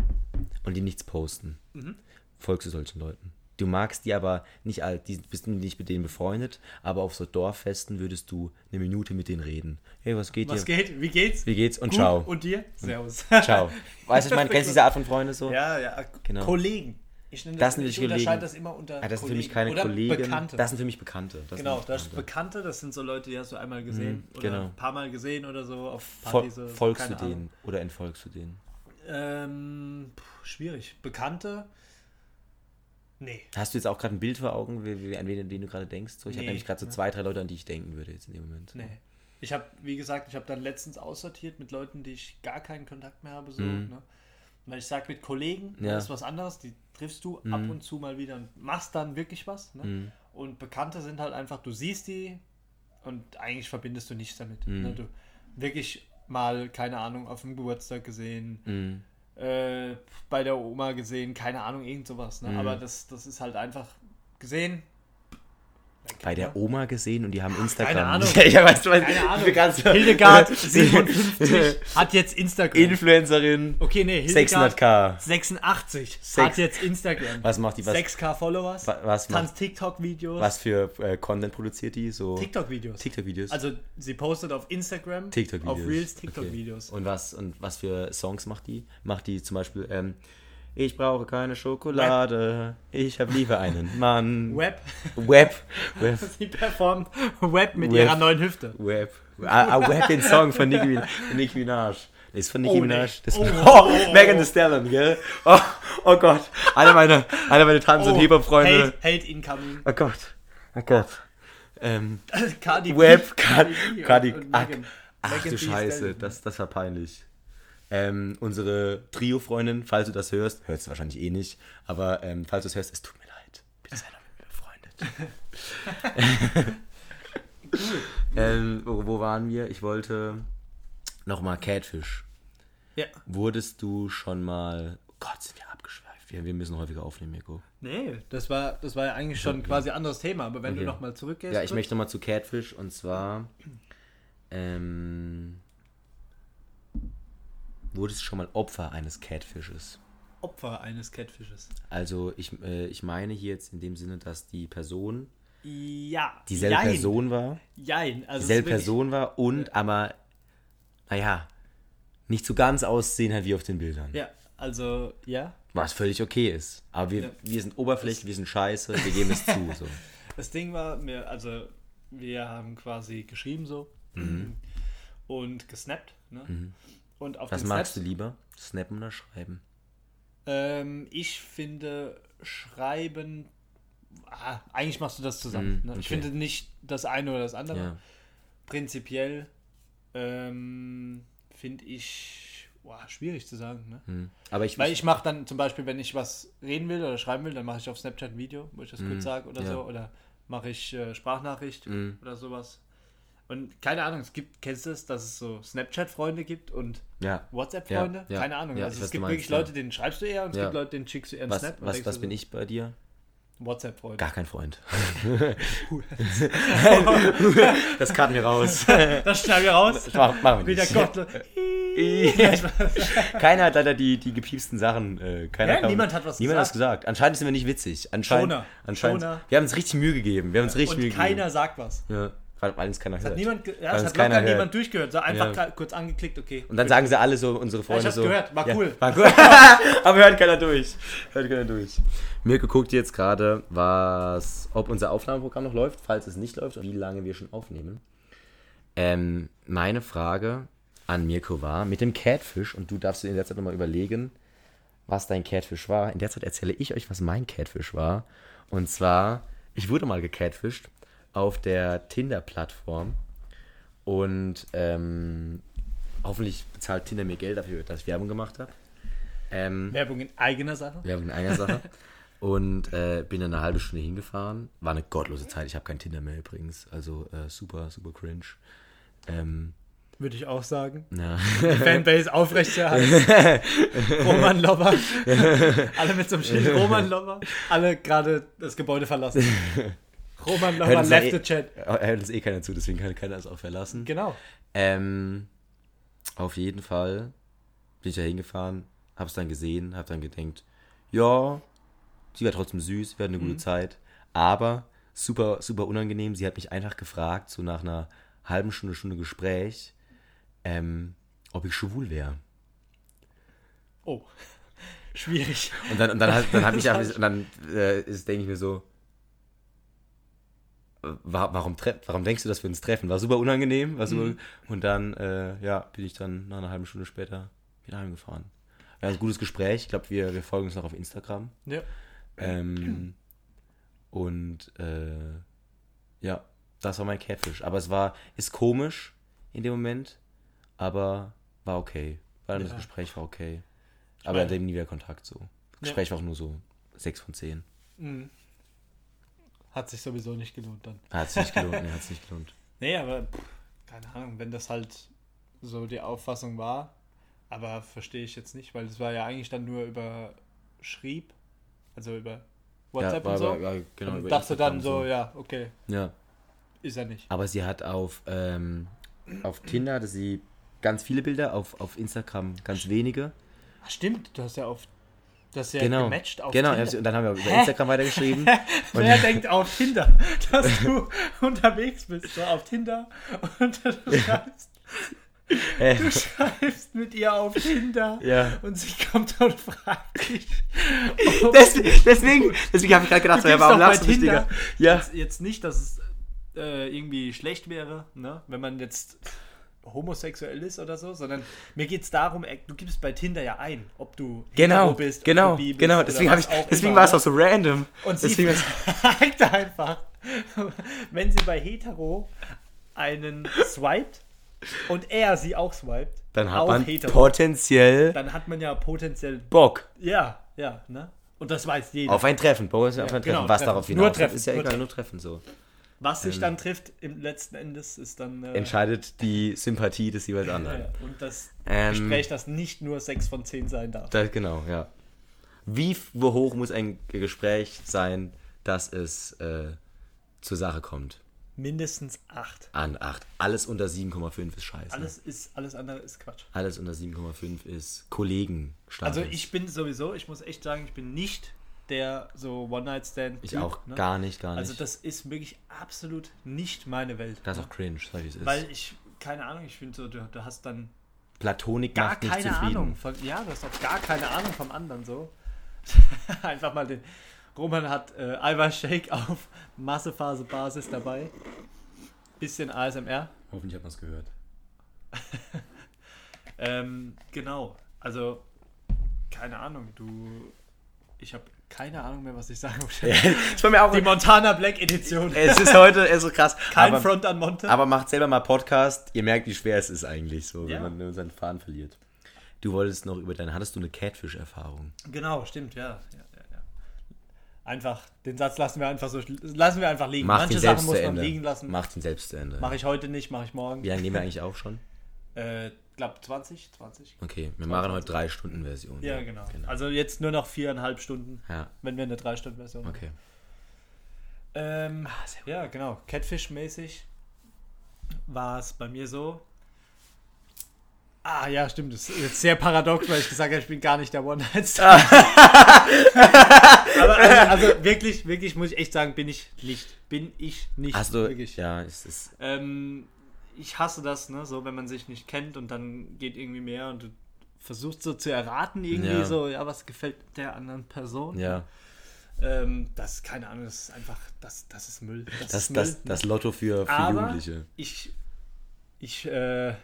[SPEAKER 1] und die nichts posten.
[SPEAKER 2] Mhm.
[SPEAKER 1] Folgst du solchen Leuten? Du magst die aber nicht all, die bist nicht mit denen befreundet, aber auf so Dorffesten würdest du eine Minute mit denen reden. Hey, was geht
[SPEAKER 2] was
[SPEAKER 1] dir?
[SPEAKER 2] geht? Wie geht's?
[SPEAKER 1] Wie geht's? Und
[SPEAKER 2] Gut.
[SPEAKER 1] ciao.
[SPEAKER 2] Und dir? Servus.
[SPEAKER 1] Ciao. Weißt du, ich meine, kennst du diese Art von Freunde so?
[SPEAKER 2] Ja, ja.
[SPEAKER 1] Genau.
[SPEAKER 2] Kollegen. Ich nenne
[SPEAKER 1] Das sind
[SPEAKER 2] ich
[SPEAKER 1] die Kollegen.
[SPEAKER 2] unterscheide das immer unter
[SPEAKER 1] Ah, das sind für
[SPEAKER 2] Kollegen.
[SPEAKER 1] mich keine
[SPEAKER 2] Oder
[SPEAKER 1] Kollegen.
[SPEAKER 2] Bekannte.
[SPEAKER 1] Das sind für mich Bekannte. Das
[SPEAKER 2] genau,
[SPEAKER 1] sind
[SPEAKER 2] das sind
[SPEAKER 1] Bekannte.
[SPEAKER 2] Bekannte, das sind so Leute, die hast du einmal gesehen oder
[SPEAKER 1] genau.
[SPEAKER 2] ein paar Mal gesehen oder so auf
[SPEAKER 1] Fol
[SPEAKER 2] Partys. oder so,
[SPEAKER 1] folgst du
[SPEAKER 2] keine
[SPEAKER 1] denen oder entfolgst du denen?
[SPEAKER 2] Ahnung. Ähm, puh, schwierig. Bekannte? Nee.
[SPEAKER 1] Hast du jetzt auch gerade ein Bild vor Augen, wie, wie, an wen, wen du gerade denkst? So, ich habe
[SPEAKER 2] Nee. ne?
[SPEAKER 1] nämlich gerade so zwei, drei Leute, an die ich denken würde jetzt in dem Moment.
[SPEAKER 2] Nee. Ich habe, wie gesagt, ich habe dann letztens aussortiert mit Leuten, die ich gar keinen Kontakt mehr habe. So, ne? Weil ich sage, mit Kollegen
[SPEAKER 1] Mhm. Ja. Mhm.
[SPEAKER 2] das ist was anderes, die triffst du ab und zu mal wieder und machst dann wirklich was. Ne? Und Bekannte sind halt einfach, du siehst die und eigentlich verbindest du nichts damit.
[SPEAKER 1] Mhm.
[SPEAKER 2] Ne? Du wirklich mal, keine Ahnung, auf dem Geburtstag gesehen,
[SPEAKER 1] Mhm.
[SPEAKER 2] äh, bei der Oma gesehen, keine Ahnung, irgend sowas. Ne?
[SPEAKER 1] Mhm.
[SPEAKER 2] Aber das, das ist halt einfach gesehen.
[SPEAKER 1] Bei der Oma gesehen und die haben Instagram.
[SPEAKER 2] Ahnung.
[SPEAKER 1] Ja, ich weiß, du weißt,
[SPEAKER 2] Keine Ahnung.
[SPEAKER 1] diese ganze-
[SPEAKER 2] Hildegard 57 hat jetzt Instagram.
[SPEAKER 1] Influencerin.
[SPEAKER 2] Okay, nee, Hildegard
[SPEAKER 1] 600k.
[SPEAKER 2] 86 hat
[SPEAKER 1] Sechs-
[SPEAKER 2] jetzt Instagram.
[SPEAKER 1] Was macht die? Was,
[SPEAKER 2] 6k Followers,
[SPEAKER 1] Wa- was
[SPEAKER 2] tanzt
[SPEAKER 1] macht-
[SPEAKER 2] TikTok-Videos,
[SPEAKER 1] was für äh, Content produziert die? So
[SPEAKER 2] TikTok-Videos.
[SPEAKER 1] TikTok-Videos.
[SPEAKER 2] Also sie postet auf Instagram,
[SPEAKER 1] TikTok-Videos.
[SPEAKER 2] auf Reels
[SPEAKER 1] Okay.
[SPEAKER 2] TikTok-Videos.
[SPEAKER 1] Und was und was für Songs macht die? Macht die zum Beispiel ähm, Ich brauche keine Schokolade, ich habe lieber einen Mann.
[SPEAKER 2] Web,
[SPEAKER 1] Web. Web.
[SPEAKER 2] sie performt Web mit
[SPEAKER 1] Web.
[SPEAKER 2] ihrer neuen Hüfte.
[SPEAKER 1] Web. Ah, ah, Web, den Song von Nicki, Min- Nicki Minaj. Das ist von Nicki
[SPEAKER 2] Oh, nee.
[SPEAKER 1] Minaj. Das
[SPEAKER 2] Oh,
[SPEAKER 1] oh,
[SPEAKER 2] oh, oh,
[SPEAKER 1] Megan
[SPEAKER 2] oh.
[SPEAKER 1] Thee Stallion, gell? Oh, oh Gott. Alle meine, alle meine Tanz-
[SPEAKER 2] Oh,
[SPEAKER 1] und Hip-Hop-Freunde.
[SPEAKER 2] Hate, Hate Incoming.
[SPEAKER 1] Oh Gott. Oh Gott. Ähm,
[SPEAKER 2] Cardi B.
[SPEAKER 1] Web, Cardi,
[SPEAKER 2] B
[SPEAKER 1] Cardi,
[SPEAKER 2] und
[SPEAKER 1] ach,
[SPEAKER 2] Megan.
[SPEAKER 1] ach du
[SPEAKER 2] Megan Thee
[SPEAKER 1] Scheiße,
[SPEAKER 2] Stallion.
[SPEAKER 1] das, das war peinlich. Ähm, unsere Trio-Freundin, falls du das hörst, hörst du wahrscheinlich eh nicht, aber ähm, falls du es hörst, es tut mir leid. Bitte sei noch mit mir befreundet. ähm, wo, wo waren wir? Ich wollte nochmal Catfish.
[SPEAKER 2] Ja.
[SPEAKER 1] Wurdest du schon mal... Oh Gott, sind wir abgeschweift. Wir, wir müssen häufiger aufnehmen, Mirko.
[SPEAKER 2] Nee, das war, das war ja eigentlich schon quasi ein anderes Thema, aber wenn du
[SPEAKER 1] Okay.
[SPEAKER 2] du nochmal zurückgehst.
[SPEAKER 1] Ja, ich
[SPEAKER 2] kurz-
[SPEAKER 1] möchte nochmal zu Catfish und zwar. Ähm, wurdest du schon mal Opfer eines Catfishes?
[SPEAKER 2] Opfer eines Catfishes.
[SPEAKER 1] Also, ich, äh, ich meine hier jetzt in dem Sinne, dass die Person
[SPEAKER 2] Ja.
[SPEAKER 1] dieselbe
[SPEAKER 2] jein,
[SPEAKER 1] Person war.
[SPEAKER 2] Jein. Also es ist
[SPEAKER 1] Dieselbe
[SPEAKER 2] wirklich-
[SPEAKER 1] Person war und aber, naja, nicht so ganz aussehen hat wie auf den Bildern.
[SPEAKER 2] Ja, also, ja.
[SPEAKER 1] Was völlig okay ist. Aber wir,
[SPEAKER 2] Ja.
[SPEAKER 1] wir sind oberflächlich, wir sind scheiße, wir geben es zu. So.
[SPEAKER 2] Das Ding war, mir, also, wir haben quasi geschrieben so
[SPEAKER 1] Mhm.
[SPEAKER 2] und gesnappt. Ne? Und auf
[SPEAKER 1] Was
[SPEAKER 2] den
[SPEAKER 1] magst du
[SPEAKER 2] Snaps,
[SPEAKER 1] lieber? Snappen oder schreiben?
[SPEAKER 2] Ähm, ich finde, schreiben. Ah, eigentlich machst du das zusammen.
[SPEAKER 1] Mhm,
[SPEAKER 2] ne? Ich
[SPEAKER 1] okay.
[SPEAKER 2] finde nicht das eine oder das andere.
[SPEAKER 1] Ja.
[SPEAKER 2] Prinzipiell ähm, finde ich boah, schwierig zu sagen. Ne?
[SPEAKER 1] Hm. Aber ich,
[SPEAKER 2] Weil ich mache dann zum Beispiel, wenn ich was reden will oder schreiben will, dann mache ich auf Snapchat ein Video, wo ich das kurz sage oder
[SPEAKER 1] Mhm. ja.
[SPEAKER 2] so. Oder mache ich äh, Sprachnachricht
[SPEAKER 1] Mhm.
[SPEAKER 2] oder sowas. Und keine Ahnung, es gibt, kennst du es, dass es so Snapchat-Freunde gibt und
[SPEAKER 1] ja.
[SPEAKER 2] WhatsApp-Freunde?
[SPEAKER 1] Ja, ja,
[SPEAKER 2] keine Ahnung.
[SPEAKER 1] ja, ich
[SPEAKER 2] also
[SPEAKER 1] weiß,
[SPEAKER 2] es
[SPEAKER 1] du
[SPEAKER 2] gibt
[SPEAKER 1] meinst,
[SPEAKER 2] wirklich
[SPEAKER 1] ja.
[SPEAKER 2] Leute, denen schreibst du eher und es
[SPEAKER 1] Ja.
[SPEAKER 2] gibt Leute, denen schickst du eher einen
[SPEAKER 1] Was,
[SPEAKER 2] Snap. und
[SPEAKER 1] was,
[SPEAKER 2] denkst
[SPEAKER 1] was
[SPEAKER 2] du
[SPEAKER 1] bin
[SPEAKER 2] so,
[SPEAKER 1] ich bei dir?
[SPEAKER 2] WhatsApp-Freunde.
[SPEAKER 1] Gar kein Freund. das karten wir raus.
[SPEAKER 2] Das schneiden wir raus.
[SPEAKER 1] Das machen machen wir
[SPEAKER 2] Wieder
[SPEAKER 1] nicht.
[SPEAKER 2] Kochtler.
[SPEAKER 1] Keiner hat leider die, die gepiepsten Sachen. Äh, keiner
[SPEAKER 2] Ja, niemand hat was
[SPEAKER 1] niemand Hat was gesagt. Anscheinend sind wir nicht witzig. Anscheinend,
[SPEAKER 2] Schoner.
[SPEAKER 1] anscheinend,
[SPEAKER 2] Schoner.
[SPEAKER 1] Wir haben uns richtig Mühe gegeben. Wir haben uns richtig Mühe
[SPEAKER 2] Und
[SPEAKER 1] gegeben.
[SPEAKER 2] keiner sagt was.
[SPEAKER 1] Ja, weil, weil uns keiner hört.
[SPEAKER 2] Hat niemand, ge- ja,
[SPEAKER 1] Weil
[SPEAKER 2] das
[SPEAKER 1] uns
[SPEAKER 2] hat locker
[SPEAKER 1] keiner hört.
[SPEAKER 2] niemand durchgehört. So einfach
[SPEAKER 1] Ja.
[SPEAKER 2] ka- kurz angeklickt, okay.
[SPEAKER 1] Und dann sagen sie alle so, unsere Freunde
[SPEAKER 2] hab's
[SPEAKER 1] so.
[SPEAKER 2] gehört, war cool.
[SPEAKER 1] War cool. Aber hört keiner durch. Hört keiner durch. Mirko guckt jetzt gerade, was, ob unser Aufnahmeprogramm noch läuft, falls es nicht läuft und wie lange wir schon aufnehmen. Ähm, meine Frage an Mirko war mit dem Catfish und du darfst dir in der Zeit nochmal überlegen, was dein Catfish war. In der Zeit erzähle ich euch, was mein Catfish war. Und zwar Ich wurde mal gecatfished auf der Tinder-Plattform und ähm, hoffentlich bezahlt Tinder mir Geld dafür, dass ich Werbung gemacht habe. Ähm,
[SPEAKER 2] Werbung in eigener Sache.
[SPEAKER 1] Werbung in einer Sache. Und äh, bin dann eine halbe Stunde hingefahren. War eine gottlose Zeit. Ich habe kein Tinder mehr übrigens. Also äh, super, super cringe. Ähm,
[SPEAKER 2] Würde ich auch sagen.
[SPEAKER 1] na,
[SPEAKER 2] Die Fanbase aufrechterhalten. Roman Lobber. alle mit so einem Schild. Roman Lobber. Alle gerade das Gebäude verlassen. Roman
[SPEAKER 1] hört
[SPEAKER 2] Lobber
[SPEAKER 1] uns, da
[SPEAKER 2] left
[SPEAKER 1] eh,
[SPEAKER 2] the chat.
[SPEAKER 1] hört uns eh keiner zu, deswegen kann keiner das auch verlassen.
[SPEAKER 2] Genau.
[SPEAKER 1] Ähm, auf jeden Fall bin ich da hingefahren, hab's dann gesehen, hab dann gedenkt, ja, sie war trotzdem süß, wir hatten eine gute Zeit, aber super, super unangenehm. Sie hat mich einfach gefragt, so nach einer halben Stunde, Stunde Gespräch, ähm, ob ich schwul wäre.
[SPEAKER 2] Oh. Schwierig.
[SPEAKER 1] Und dann, und dann, hat- dann hab ich einfach, und dann äh, ist, denke ich mir so, äh, wa- Warum, tre- warum denkst du, dass wir uns treffen? War super unangenehm. War
[SPEAKER 2] Mhm.
[SPEAKER 1] super, Und dann, äh, ja, bin ich dann nach einer halben Stunde später wieder heimgefahren. Wir hatten ein gutes Gespräch. Ich glaube, wir, wir folgen uns noch auf Instagram.
[SPEAKER 2] Ja.
[SPEAKER 1] Ähm, und äh, ja, das war mein Catfish. Aber es war, ist komisch in dem Moment, aber war okay. War dann
[SPEAKER 2] Ja.
[SPEAKER 1] Das Gespräch war okay.
[SPEAKER 2] meine-
[SPEAKER 1] Aber dem nie wieder Kontakt so. Das
[SPEAKER 2] Ja.
[SPEAKER 1] Gespräch war auch nur so 6 von 10.
[SPEAKER 2] Mhm. Hat sich sowieso nicht gelohnt dann.
[SPEAKER 1] Hat es nicht gelohnt, nee, hat es nicht gelohnt.
[SPEAKER 2] Nee, aber pff, keine Ahnung, wenn das halt so die Auffassung war, aber verstehe ich jetzt nicht, weil es war ja eigentlich dann nur über Schrieb, also über WhatsApp
[SPEAKER 1] war-
[SPEAKER 2] und so.
[SPEAKER 1] war- war genau,
[SPEAKER 2] und
[SPEAKER 1] über
[SPEAKER 2] dachte
[SPEAKER 1] Instagram
[SPEAKER 2] dann
[SPEAKER 1] und
[SPEAKER 2] so, ja, okay,
[SPEAKER 1] Ja.
[SPEAKER 2] ist er nicht.
[SPEAKER 1] Aber sie hat auf, ähm, auf Tinder hatte sie ganz viele Bilder, auf, auf Instagram ganz wenige.
[SPEAKER 2] Ach, stimmt, du hast ja auf das ist ja
[SPEAKER 1] genau.
[SPEAKER 2] gematcht auf
[SPEAKER 1] genau,
[SPEAKER 2] Tinder.
[SPEAKER 1] und dann haben wir über Instagram weitergeschrieben. Und-
[SPEAKER 2] Wer denkt auf Tinder, dass du unterwegs bist, so auf Tinder und du schreibst, du schreibst mit ihr auf Tinder
[SPEAKER 1] Äh, Ja.
[SPEAKER 2] und sie kommt und fragt dich,
[SPEAKER 1] Deswegen, deswegen, deswegen habe ich gerade gedacht,
[SPEAKER 2] Du gibst
[SPEAKER 1] warum
[SPEAKER 2] doch bei
[SPEAKER 1] lachst du nicht,
[SPEAKER 2] Tinder
[SPEAKER 1] Digga? Ja.
[SPEAKER 2] jetzt, jetzt nicht, dass es äh, irgendwie schlecht wäre, ne? wenn man jetzt homosexuell ist oder so, sondern mir geht es darum, äh, du gibst bei Tinder ja ein, ob du
[SPEAKER 1] Genau,
[SPEAKER 2] hetero bist, ob
[SPEAKER 1] genau,
[SPEAKER 2] du bi bist
[SPEAKER 1] genau.
[SPEAKER 2] oder
[SPEAKER 1] Deswegen, hab
[SPEAKER 2] was
[SPEAKER 1] ich,
[SPEAKER 2] auch
[SPEAKER 1] deswegen
[SPEAKER 2] immer,
[SPEAKER 1] war es
[SPEAKER 2] ne?
[SPEAKER 1] auch so random.
[SPEAKER 2] Und sie
[SPEAKER 1] deswegen
[SPEAKER 2] fragt einfach, wenn sie bei hetero einen swiped und er sie auch swiped,
[SPEAKER 1] dann hat
[SPEAKER 2] auch
[SPEAKER 1] man
[SPEAKER 2] hetero,
[SPEAKER 1] potenziell
[SPEAKER 2] dann hat man ja potenziell,
[SPEAKER 1] Bock
[SPEAKER 2] ja, ja, ne? Und das weiß jeder.
[SPEAKER 1] auf ein Treffen. Bock auf ein Treffen.
[SPEAKER 2] genau,
[SPEAKER 1] was
[SPEAKER 2] Treffen.
[SPEAKER 1] darauf
[SPEAKER 2] Nur
[SPEAKER 1] hinaus läuft,
[SPEAKER 2] Treffen,
[SPEAKER 1] ist ja
[SPEAKER 2] nur
[SPEAKER 1] egal, nur Treffen so.
[SPEAKER 2] Was sich dann trifft, im letzten Endes ist dann äh,
[SPEAKER 1] Entscheidet die Sympathie des jeweils anderen.
[SPEAKER 2] Ja, und das
[SPEAKER 1] Ähm,
[SPEAKER 2] Gespräch, das nicht nur 6 von 10 sein darf.
[SPEAKER 1] Da, genau, ja. Wie f- wo hoch muss ein Gespräch sein, dass es äh, zur Sache kommt?
[SPEAKER 2] Mindestens 8.
[SPEAKER 1] An 8. Alles unter 7,5 ist scheiße.
[SPEAKER 2] Alles, ist, alles andere ist Quatsch.
[SPEAKER 1] Alles unter 7,5 ist Kollegenstatus.
[SPEAKER 2] Also ich bin sowieso, ich muss echt sagen, ich bin nicht der so One-Night-Stand.
[SPEAKER 1] Ich auch gar nicht, gar nicht.
[SPEAKER 2] Also das ist wirklich absolut nicht meine Welt.
[SPEAKER 1] Das ist auch cringe, sag ich es ist.
[SPEAKER 2] Weil ich, keine Ahnung, ich finde so, du, du hast dann
[SPEAKER 1] Platonik
[SPEAKER 2] gar
[SPEAKER 1] macht nicht
[SPEAKER 2] keine
[SPEAKER 1] zufrieden.
[SPEAKER 2] Ahnung. Von, ja, du hast auch gar keine Ahnung vom anderen so. Einfach mal den. Roman hat äh, Eiweißshake auf Massephase-Basis dabei. Bisschen ASMR.
[SPEAKER 1] Hoffentlich hat man es gehört.
[SPEAKER 2] Ähm, genau. Also, keine Ahnung, du. Ich habe keine Ahnung mehr, was ich sagen wollte.
[SPEAKER 1] Ich war mir auch.
[SPEAKER 2] Die Montana Black Edition.
[SPEAKER 1] es ist heute es ist so krass.
[SPEAKER 2] Kein
[SPEAKER 1] aber,
[SPEAKER 2] Front an Monte.
[SPEAKER 1] aber macht selber mal Podcast. Ihr merkt, wie schwer es ist eigentlich, so,
[SPEAKER 2] Ja.
[SPEAKER 1] wenn man nur seinen Faden verliert. Du wolltest noch über deine. Hattest du eine Catfish-Erfahrung?
[SPEAKER 2] Genau, stimmt, ja. ja, ja, ja. Einfach, den Satz lassen wir einfach so, lassen wir einfach liegen.
[SPEAKER 1] Mach
[SPEAKER 2] Manche
[SPEAKER 1] ihn
[SPEAKER 2] Sachen
[SPEAKER 1] selbst
[SPEAKER 2] muss
[SPEAKER 1] zu
[SPEAKER 2] man
[SPEAKER 1] Ende.
[SPEAKER 2] liegen lassen. Mach,
[SPEAKER 1] Mach ihn selbst zu Ende.
[SPEAKER 2] ich heute nicht, mache ich morgen.
[SPEAKER 1] Wie lange nehmen wir eigentlich auf schon?
[SPEAKER 2] Äh, glaub 20, 20.
[SPEAKER 1] Okay, wir machen heute drei Stunden Version.
[SPEAKER 2] Ja, genau. Also jetzt nur noch viereinhalb Stunden,
[SPEAKER 1] Ja,
[SPEAKER 2] wenn wir eine drei Stunden Version. haben.
[SPEAKER 1] okay.
[SPEAKER 2] Ähm,
[SPEAKER 1] Ah, sehr
[SPEAKER 2] ja, genau. Catfish-mäßig war es bei mir so. Ah, ja, stimmt. Das ist jetzt sehr paradox, weil ich gesagt habe, ich bin gar nicht der One-Night-Star.
[SPEAKER 1] Ah.
[SPEAKER 2] Aber also, also wirklich, wirklich muss ich echt sagen, bin ich nicht. Bin ich nicht.
[SPEAKER 1] Hast du?
[SPEAKER 2] wirklich.
[SPEAKER 1] Ja, es ist
[SPEAKER 2] Ähm, ich hasse das, ne? So, wenn man sich nicht kennt und dann geht irgendwie mehr und du versuchst so zu erraten irgendwie
[SPEAKER 1] Ja.
[SPEAKER 2] so, ja, was gefällt der anderen Person?
[SPEAKER 1] ja.
[SPEAKER 2] Ähm, das, keine Ahnung, das ist einfach, das, das ist Müll. Das,
[SPEAKER 1] Das,
[SPEAKER 2] ist Müll.
[SPEAKER 1] das, das Lotto für, für
[SPEAKER 2] Aber
[SPEAKER 1] Jugendliche.
[SPEAKER 2] ich, ich, äh,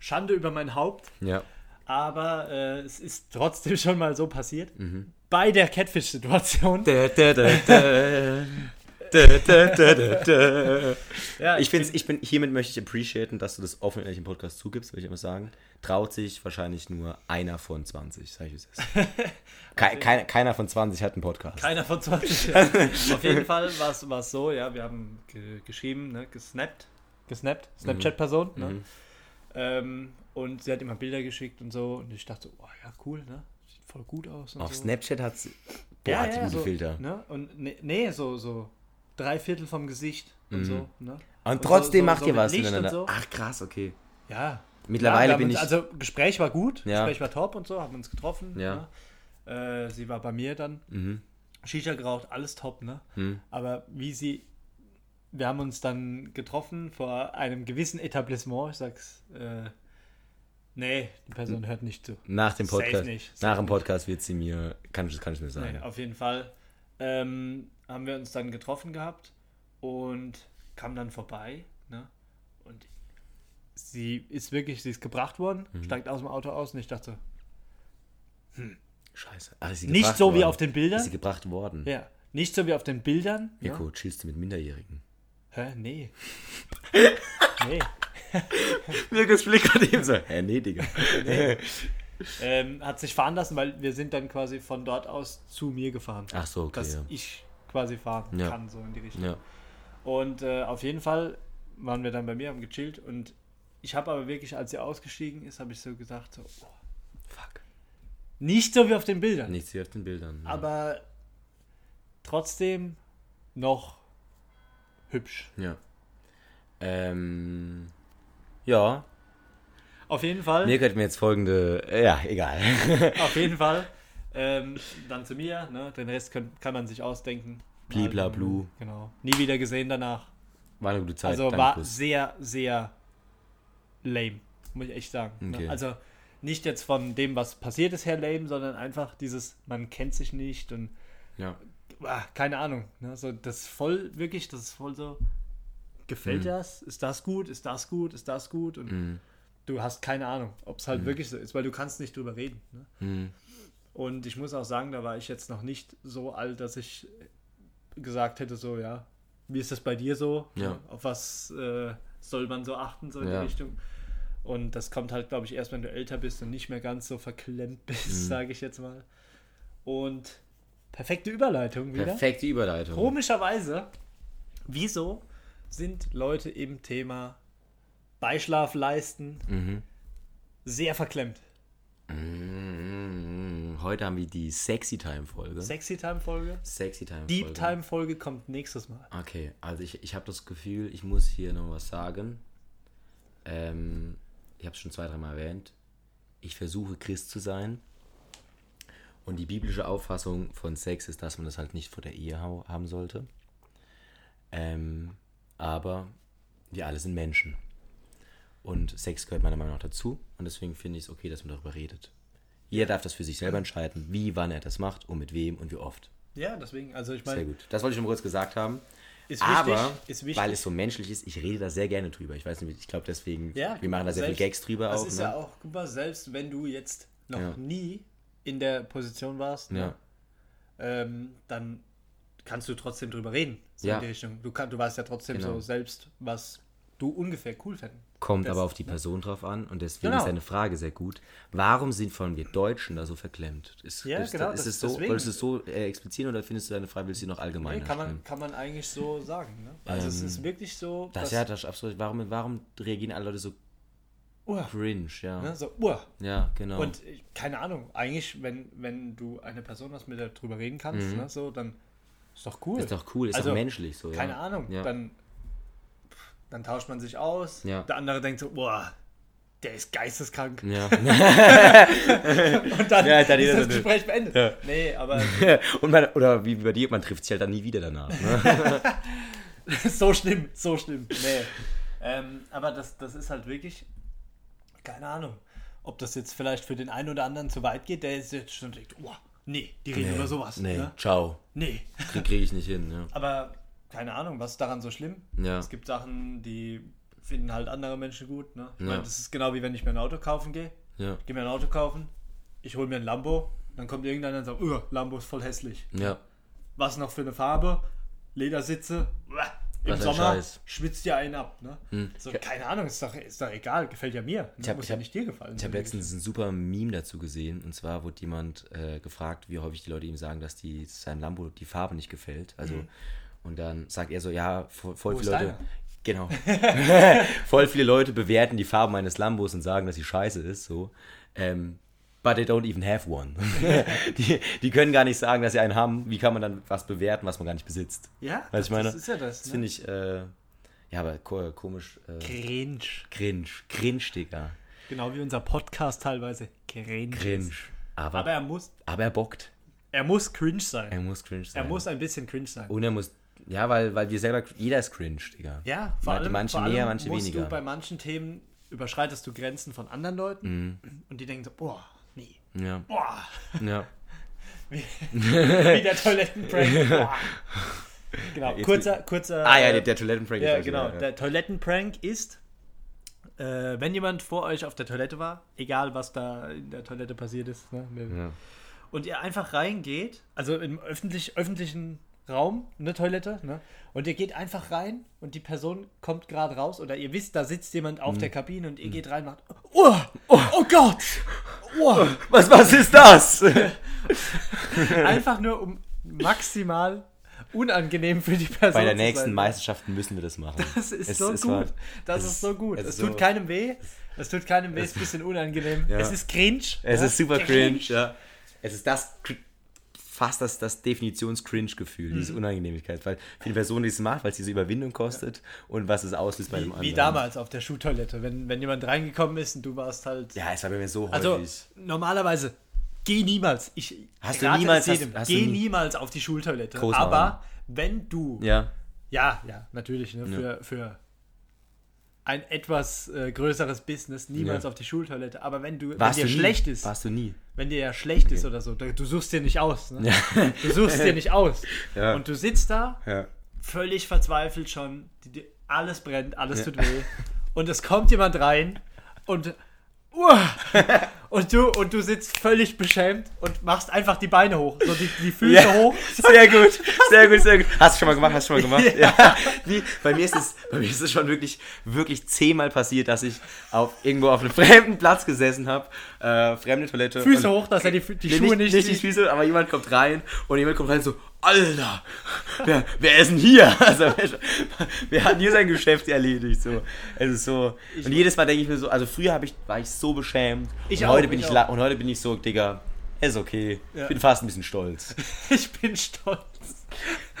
[SPEAKER 2] Schande über mein Haupt.
[SPEAKER 1] Ja.
[SPEAKER 2] aber äh, es ist trotzdem schon mal so passiert. Bei der Catfish-Situation. Ja,
[SPEAKER 1] Ich finde, ich bin, hiermit möchte ich appreciaten, dass du das offen und ehrlich im Podcast zugibst, würde ich immer sagen. Traut sich wahrscheinlich nur einer von 20, sag ich es jetzt. Ke
[SPEAKER 2] Also
[SPEAKER 1] keiner, keiner von 20 hat einen Podcast.
[SPEAKER 2] Keiner von 20. Ja. Auf jeden Fall war es war es so, ja, wir haben ge geschrieben, ne, gesnappt. Gesnappt, Snapchat-Person. Ne? Ähm, und sie hat immer Bilder geschickt und so. Und ich dachte, so, oh ja, cool, ne? Sieht voll gut aus. Und
[SPEAKER 1] Auf
[SPEAKER 2] so.
[SPEAKER 1] Snapchat hat sie. Boah, hat sie gute
[SPEAKER 2] so,
[SPEAKER 1] Filter.
[SPEAKER 2] Ne? Und nee, nee, so, so drei Viertel vom Gesicht und so. Ne?
[SPEAKER 1] Mhm. Und trotzdem
[SPEAKER 2] so- so-
[SPEAKER 1] macht
[SPEAKER 2] so
[SPEAKER 1] ihr
[SPEAKER 2] mit
[SPEAKER 1] was
[SPEAKER 2] Licht und
[SPEAKER 1] miteinander.
[SPEAKER 2] So.
[SPEAKER 1] Ach krass, okay.
[SPEAKER 2] Ja.
[SPEAKER 1] Mittlerweile
[SPEAKER 2] ja, wir
[SPEAKER 1] bin
[SPEAKER 2] haben uns,
[SPEAKER 1] ich-
[SPEAKER 2] Also, Gespräch war gut,
[SPEAKER 1] Ja.
[SPEAKER 2] Gespräch war top und so, haben uns getroffen.
[SPEAKER 1] Ja. Mhm.
[SPEAKER 2] Ne? Äh, sie war bei mir dann. Shisha geraucht, alles top, ne? Aber wie sie. Wir haben uns dann getroffen vor einem gewissen Etablissement. Ich sag's, äh, nee, die Person
[SPEAKER 1] Mhm.
[SPEAKER 2] hört nicht zu.
[SPEAKER 1] Nach dem
[SPEAKER 2] Safe
[SPEAKER 1] Podcast.
[SPEAKER 2] nicht, safe
[SPEAKER 1] Nach dem Podcast wird sie mir. Kann ich, kann ich mir sagen.
[SPEAKER 2] Nee, auf jeden Fall ähm, haben wir uns dann getroffen gehabt und kam dann vorbei. Ne? Und sie ist wirklich, sie ist gebracht worden,
[SPEAKER 1] Mhm.
[SPEAKER 2] steigt aus dem Auto aus und ich dachte,
[SPEAKER 1] Scheiße. Ach, ist sie
[SPEAKER 2] Nicht
[SPEAKER 1] gebracht
[SPEAKER 2] so wie
[SPEAKER 1] worden?
[SPEAKER 2] auf den Bildern?
[SPEAKER 1] Ist sie gebracht worden.
[SPEAKER 2] ja, nicht so wie auf den Bildern. Ne?
[SPEAKER 1] Mirko, chillst du mit Minderjährigen?
[SPEAKER 2] Hä, nee. nee.
[SPEAKER 1] Mirkos Blick hat eben so, hä, nee, Digga.
[SPEAKER 2] Ähm, hat sich fahren lassen, weil wir sind dann quasi von dort aus zu mir gefahren.
[SPEAKER 1] Ach so, okay.
[SPEAKER 2] dass
[SPEAKER 1] Ja.
[SPEAKER 2] ich quasi fahren
[SPEAKER 1] Ja.
[SPEAKER 2] kann, so in die Richtung.
[SPEAKER 1] ja.
[SPEAKER 2] Und äh, auf jeden Fall waren wir dann bei mir, haben gechillt und ich habe aber wirklich, als sie ausgestiegen ist, habe ich so gesagt, so, oh,
[SPEAKER 1] Fuck.
[SPEAKER 2] nicht so wie auf den Bildern,
[SPEAKER 1] Nichts wie auf den Bildern. ja.
[SPEAKER 2] aber trotzdem noch hübsch.
[SPEAKER 1] Ja. Ähm. Ja.
[SPEAKER 2] Auf jeden Fall,
[SPEAKER 1] Mirko hat mir jetzt folgende. Ja, egal.
[SPEAKER 2] auf jeden Fall, ähm, dann zu mir, ne? den Rest könnt- kann man sich ausdenken.
[SPEAKER 1] Bliblablu.
[SPEAKER 2] Genau, nie wieder gesehen danach.
[SPEAKER 1] War eine gute Zeit.
[SPEAKER 2] Also
[SPEAKER 1] Halt, danke,
[SPEAKER 2] war
[SPEAKER 1] Kuss.
[SPEAKER 2] sehr, sehr lame, muss ich echt sagen. ne?
[SPEAKER 1] Okay.
[SPEAKER 2] Also nicht jetzt von dem, was passiert ist, her lame, sondern einfach dieses, man kennt sich nicht und
[SPEAKER 1] Ja.
[SPEAKER 2] ah, keine Ahnung. Ne? So, das ist voll, wirklich, das ist voll so, gefällt
[SPEAKER 1] Mhm.
[SPEAKER 2] das? Ist das gut? Ist das gut? Ist das gut? Und du hast keine Ahnung, ob es
[SPEAKER 1] Mhm.
[SPEAKER 2] halt wirklich so ist, weil du kannst nicht drüber reden. Ne? Und ich muss auch sagen, da war ich jetzt noch nicht so alt, dass ich gesagt hätte, so, ja, wie ist das bei dir so?
[SPEAKER 1] Ja.
[SPEAKER 2] Auf was äh, soll man so achten, so in
[SPEAKER 1] Ja.
[SPEAKER 2] die Richtung? Und das kommt halt, glaube ich, erst, wenn du älter bist und nicht mehr ganz so verklemmt bist,
[SPEAKER 1] Mhm.
[SPEAKER 2] sage ich jetzt mal. Und perfekte Überleitung wieder.
[SPEAKER 1] Perfekte Überleitung.
[SPEAKER 2] Komischerweise, wieso sind Leute im Thema Beischlafleisten sehr verklemmt?
[SPEAKER 1] Mhm. Heute haben wir die Sexy Time Folge.
[SPEAKER 2] Sexy Time Folge?
[SPEAKER 1] Sexy Time Folge.
[SPEAKER 2] Deep Time Folge kommt nächstes Mal.
[SPEAKER 1] Okay, also ich, ich habe das Gefühl, ich muss hier noch was sagen. Ähm, ich habe es schon zwei, dreimal erwähnt. Ich versuche Christ zu sein. Und die biblische Auffassung von Sex ist, dass man das halt nicht vor der Ehe hau- haben sollte. Ähm, aber wir alle sind Menschen. Und Sex gehört meiner Meinung nach dazu. Und deswegen finde ich es okay, dass man darüber redet. Jeder darf das für sich selber entscheiden, wie, wann er das macht und mit wem und wie oft.
[SPEAKER 2] Ja, deswegen, also ich
[SPEAKER 1] Sehr
[SPEAKER 2] meine,
[SPEAKER 1] gut. Das wollte ich schon mal kurz gesagt haben.
[SPEAKER 2] ist wichtig.
[SPEAKER 1] Aber
[SPEAKER 2] ist wichtig.
[SPEAKER 1] weil es so menschlich ist, ich rede da sehr gerne drüber. Ich weiß nicht, ich glaube deswegen,
[SPEAKER 2] Ja,
[SPEAKER 1] wir machen da sehr
[SPEAKER 2] selbst-
[SPEAKER 1] viel Gags drüber
[SPEAKER 2] Das
[SPEAKER 1] auch.
[SPEAKER 2] ist
[SPEAKER 1] Ne?
[SPEAKER 2] ja auch, guck mal, selbst wenn du jetzt noch
[SPEAKER 1] Ja.
[SPEAKER 2] nie in der Position warst, ne,
[SPEAKER 1] ja.
[SPEAKER 2] ähm, dann kannst du trotzdem drüber reden. So
[SPEAKER 1] Ja.
[SPEAKER 2] in die Richtung. Du, kann, du weißt ja trotzdem
[SPEAKER 1] Genau.
[SPEAKER 2] so selbst, was du ungefähr cool fändest.
[SPEAKER 1] Kommt
[SPEAKER 2] Das-
[SPEAKER 1] aber auf die Person drauf an und deswegen
[SPEAKER 2] Genau.
[SPEAKER 1] ist deine Frage sehr gut. Warum sind von wir Deutschen da so verklemmt? Ist,
[SPEAKER 2] Ja,
[SPEAKER 1] ist,
[SPEAKER 2] genau,
[SPEAKER 1] ist
[SPEAKER 2] das-
[SPEAKER 1] es so,
[SPEAKER 2] deswegen.
[SPEAKER 1] wolltest du es so äh, explizieren oder findest du deine Frage, willst du sie noch allgemeiner
[SPEAKER 2] Nee, kann,
[SPEAKER 1] stellen?
[SPEAKER 2] man, kann man eigentlich so sagen. Ne? Also es ist wirklich so,
[SPEAKER 1] Ähm, Das,
[SPEAKER 2] dass,
[SPEAKER 1] ja, das ist absolut. Warum, warum reagieren alle Leute so
[SPEAKER 2] Uah,
[SPEAKER 1] cringe? Ja,
[SPEAKER 2] ne? so, uah.
[SPEAKER 1] ja genau.
[SPEAKER 2] Und ich- keine Ahnung, eigentlich, wenn, wenn du eine Person hast, mit der du drüber reden kannst, ne? so, dann ist doch cool.
[SPEAKER 1] Mhm. ist doch cool, ist
[SPEAKER 2] Also,
[SPEAKER 1] doch menschlich so.
[SPEAKER 2] Keine
[SPEAKER 1] ja.
[SPEAKER 2] Ahnung,
[SPEAKER 1] Ja.
[SPEAKER 2] dann, dann tauscht man sich aus,
[SPEAKER 1] Ja. Hm.
[SPEAKER 2] der andere denkt so, uah, der ist geisteskrank.
[SPEAKER 1] ja.
[SPEAKER 2] Und dann
[SPEAKER 1] Ja, dann
[SPEAKER 2] ist
[SPEAKER 1] jeder
[SPEAKER 2] das
[SPEAKER 1] so-
[SPEAKER 2] Gespräch beendet. Nee, aber
[SPEAKER 1] und man, oder wie bei dir, man trifft sich halt dann nie wieder danach. Ne?
[SPEAKER 2] so schlimm, so schlimm. Nee. Ähm, aber das, das ist halt wirklich, keine Ahnung, ob das jetzt vielleicht für den einen oder anderen zu weit geht, der ist jetzt schon denkt, oh, nee, die reden über sowas.
[SPEAKER 1] Nee,
[SPEAKER 2] Ne?
[SPEAKER 1] ciao.
[SPEAKER 2] nee.
[SPEAKER 1] Kriege krieg ich nicht hin. Ja.
[SPEAKER 2] Aber keine Ahnung, was ist daran so schlimm?
[SPEAKER 1] Ja.
[SPEAKER 2] Es gibt Sachen, die finden halt andere Menschen gut. Ne? Ich
[SPEAKER 1] Ja.
[SPEAKER 2] meine, das ist genau wie wenn ich mir ein Auto kaufen gehe.
[SPEAKER 1] Ja.
[SPEAKER 2] Geh mir ein Auto kaufen, ich hole mir ein Lambo, dann kommt irgendeiner und sagt, "Ugh, Lambo ist voll hässlich.
[SPEAKER 1] Ja.
[SPEAKER 2] Was noch für eine Farbe? Ledersitze. Uah. Im
[SPEAKER 1] Was ein
[SPEAKER 2] Sommer
[SPEAKER 1] Scheiß.
[SPEAKER 2] schwitzt dir einen ab. Ne? So, keine Ahnung, ist doch, ist doch egal, gefällt ja mir. Ne?
[SPEAKER 1] hab-
[SPEAKER 2] Muss
[SPEAKER 1] ich
[SPEAKER 2] ja
[SPEAKER 1] hab-
[SPEAKER 2] nicht dir gefallen.
[SPEAKER 1] Ich habe letztens ein super Meme dazu gesehen. Und zwar wurde jemand äh, gefragt, wie häufig die Leute ihm sagen, dass die sein Lambo die Farbe nicht gefällt. Also, und dann sagt er so, ja, voll, voll
[SPEAKER 2] Mhm. Wo
[SPEAKER 1] viele
[SPEAKER 2] ist
[SPEAKER 1] Leute.
[SPEAKER 2] deiner?
[SPEAKER 1] Genau. voll viele Leute bewerten die Farbe meines Lambos und sagen, dass sie scheiße ist. So. Ähm, But they don't even have one. die, die können gar nicht sagen, dass sie einen haben. Wie kann man dann was bewerten, was man gar nicht besitzt?
[SPEAKER 2] Ja,
[SPEAKER 1] Weißt ich meine?
[SPEAKER 2] das ist ja das.
[SPEAKER 1] Das
[SPEAKER 2] ne?
[SPEAKER 1] finde ich, äh, ja, aber ko komisch. Äh,
[SPEAKER 2] Cringe.
[SPEAKER 1] cringe. Cringe, Digga.
[SPEAKER 2] Genau wie unser Podcast teilweise. Cringe.
[SPEAKER 1] Cringe. Aber,
[SPEAKER 2] Aber
[SPEAKER 1] aber,
[SPEAKER 2] er muss,
[SPEAKER 1] er bockt.
[SPEAKER 2] er muss cringe sein.
[SPEAKER 1] Er muss cringe sein.
[SPEAKER 2] Er muss ein bisschen cringe sein.
[SPEAKER 1] Und er muss. Ja, weil, weil wir selber. Jeder ist cringe, Digga.
[SPEAKER 2] ja, vor allem,
[SPEAKER 1] manche
[SPEAKER 2] vor allem
[SPEAKER 1] mehr, manche
[SPEAKER 2] musst
[SPEAKER 1] weniger.
[SPEAKER 2] du bei manchen Themen überschreitest du Grenzen von anderen Leuten
[SPEAKER 1] Mhm.
[SPEAKER 2] und die denken so, boah, nee,
[SPEAKER 1] Ja.
[SPEAKER 2] boah,
[SPEAKER 1] ja.
[SPEAKER 2] wie der Toilettenprank. boah. genau,
[SPEAKER 1] Jetzt-
[SPEAKER 2] kurzer, kurzer.
[SPEAKER 1] Ah ja,
[SPEAKER 2] äh,
[SPEAKER 1] der, der Toilettenprank
[SPEAKER 2] Ja,
[SPEAKER 1] ist
[SPEAKER 2] genau.
[SPEAKER 1] Ja.
[SPEAKER 2] Der Toilettenprank ist, äh, wenn jemand vor euch auf der Toilette war, egal was da in der Toilette passiert ist, ne, mit-
[SPEAKER 1] Ja.
[SPEAKER 2] und ihr einfach reingeht, also im öffentlich, öffentlichen Raum, eine Toilette, ne, und ihr geht einfach rein und die Person kommt gerade raus oder ihr wisst, da sitzt jemand
[SPEAKER 1] Mhm.
[SPEAKER 2] auf der Kabine und ihr geht rein und macht, oh, oh, oh Gott, oh,
[SPEAKER 1] Was, was ist das?
[SPEAKER 2] einfach nur um maximal unangenehm für die Person
[SPEAKER 1] Bei der
[SPEAKER 2] zu
[SPEAKER 1] nächsten
[SPEAKER 2] sein.
[SPEAKER 1] Meisterschaften müssen wir das machen.
[SPEAKER 2] Das ist
[SPEAKER 1] Es-
[SPEAKER 2] so
[SPEAKER 1] es
[SPEAKER 2] gut.
[SPEAKER 1] war-
[SPEAKER 2] das
[SPEAKER 1] es
[SPEAKER 2] ist so gut.
[SPEAKER 1] es
[SPEAKER 2] Es,
[SPEAKER 1] ist
[SPEAKER 2] tut
[SPEAKER 1] so-
[SPEAKER 2] keinem weh. Es tut keinem weh. Es ist ein bisschen unangenehm.
[SPEAKER 1] Ja.
[SPEAKER 2] Es ist cringe.
[SPEAKER 1] Es
[SPEAKER 2] ja?
[SPEAKER 1] ist super cringe, ja. Es ist das cr- fast das, das Definitions-Cringe-Gefühl, diese
[SPEAKER 2] Mhm.
[SPEAKER 1] Unangenehmigkeit. Weil für die Person, die es macht, weil es diese Überwindung kostet und was es auslöst bei dem anderen.
[SPEAKER 2] Wie damals auf der Schuhtoilette, wenn, wenn jemand reingekommen ist und du warst halt.
[SPEAKER 1] Ja, es war bei mir so
[SPEAKER 2] also
[SPEAKER 1] häufig.
[SPEAKER 2] normalerweise geh niemals. Ich
[SPEAKER 1] Hast du
[SPEAKER 2] rate es
[SPEAKER 1] niemals-
[SPEAKER 2] jedem,
[SPEAKER 1] hast- hast
[SPEAKER 2] geh
[SPEAKER 1] du nie-
[SPEAKER 2] niemals auf die Schultoilette.
[SPEAKER 1] Großmaul.
[SPEAKER 2] Aber wenn du
[SPEAKER 1] Ja.
[SPEAKER 2] Ja, ja, natürlich. Ne? Für, für ein etwas äh, größeres Business niemals
[SPEAKER 1] Ja.
[SPEAKER 2] auf die Schultoilette. Aber wenn du
[SPEAKER 1] Warst
[SPEAKER 2] wenn dir
[SPEAKER 1] du nie?
[SPEAKER 2] schlecht ist,
[SPEAKER 1] Warst du nie?
[SPEAKER 2] wenn dir ja schlecht ist oder so, du du suchst dir nicht aus. Ne? Du suchst dir nicht aus.
[SPEAKER 1] Ja.
[SPEAKER 2] Und du sitzt da,
[SPEAKER 1] Ja.
[SPEAKER 2] völlig verzweifelt schon, die, die, alles brennt, alles tut weh. Und es kommt jemand rein und. Uah, und du und du sitzt völlig beschämt und machst einfach die Beine hoch, so die, die Füße
[SPEAKER 1] Ja.
[SPEAKER 2] hoch.
[SPEAKER 1] Sehr gut, sehr gut, sehr gut. Hast du schon mal gemacht, hast du schon mal gemacht. Ja. Wie, bei, mir ist es, bei mir ist es schon wirklich, wirklich zehnmal passiert, dass ich auf, irgendwo auf einem fremden Platz gesessen habe, äh, fremde Toilette.
[SPEAKER 2] Füße
[SPEAKER 1] und-
[SPEAKER 2] hoch, dass er die, Fü- die
[SPEAKER 1] Nee,
[SPEAKER 2] Schuhe
[SPEAKER 1] nicht,
[SPEAKER 2] nicht,
[SPEAKER 1] nicht die Füße, aber jemand kommt rein und jemand kommt rein so, Alter, wer, wer ist denn hier? Also, wer, wer hat hier sein Geschäft erledigt? So, es ist so. Und jedes Mal denke ich mir so, also früher hab ich, war ich so beschämt
[SPEAKER 2] Ich
[SPEAKER 1] und
[SPEAKER 2] auch,
[SPEAKER 1] heute bin
[SPEAKER 2] ich
[SPEAKER 1] ich,
[SPEAKER 2] auch.
[SPEAKER 1] la- und heute bin ich so, Digga, ist okay. Ich bin fast ein bisschen stolz.
[SPEAKER 2] Ich bin stolz.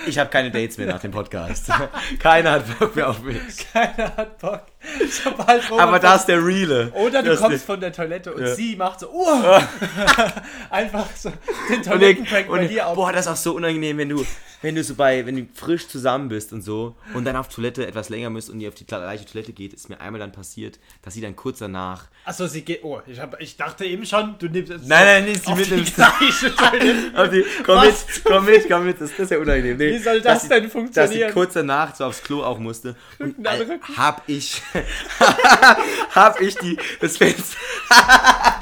[SPEAKER 1] Ich habe keine Dates mehr nach dem Podcast. Keiner hat Bock mehr auf mich.
[SPEAKER 2] Keiner hat Bock. Ich hab halt Roman
[SPEAKER 1] Aber
[SPEAKER 2] von-
[SPEAKER 1] das ist der Reale.
[SPEAKER 2] Oder du
[SPEAKER 1] das
[SPEAKER 2] kommst
[SPEAKER 1] ist-
[SPEAKER 2] von der Toilette und
[SPEAKER 1] Ja.
[SPEAKER 2] sie macht so, uh, einfach so den
[SPEAKER 1] Und ich,
[SPEAKER 2] Toilettenprank bei
[SPEAKER 1] und
[SPEAKER 2] dir
[SPEAKER 1] ich,
[SPEAKER 2] auf.
[SPEAKER 1] boah, das ist auch so unangenehm, wenn du, wenn du so bei, wenn du frisch zusammen bist und so und dann auf Toilette etwas länger müsst und ihr auf die gleiche Toilette geht, ist mir einmal dann passiert, dass sie dann kurz danach.
[SPEAKER 2] Achso, sie geht, oh, ich, hab, ich dachte eben schon, du nimmst es
[SPEAKER 1] Nein, nein, nee, sie
[SPEAKER 2] auf die
[SPEAKER 1] mitnimmst.
[SPEAKER 2] gleiche Toilette.
[SPEAKER 1] Auf die, komm
[SPEAKER 2] Was
[SPEAKER 1] mit, komm mit, komm mit, das, das ist ja unangenehm. Nee,
[SPEAKER 2] Wie soll
[SPEAKER 1] dass
[SPEAKER 2] das
[SPEAKER 1] sie-
[SPEAKER 2] denn
[SPEAKER 1] Dass sie
[SPEAKER 2] funktionieren?
[SPEAKER 1] kurz danach so aufs Klo auch musste. Und
[SPEAKER 2] Rücken an
[SPEAKER 1] äh,
[SPEAKER 2] Rücken.
[SPEAKER 1] hab ich, hab ich die, das Fenster.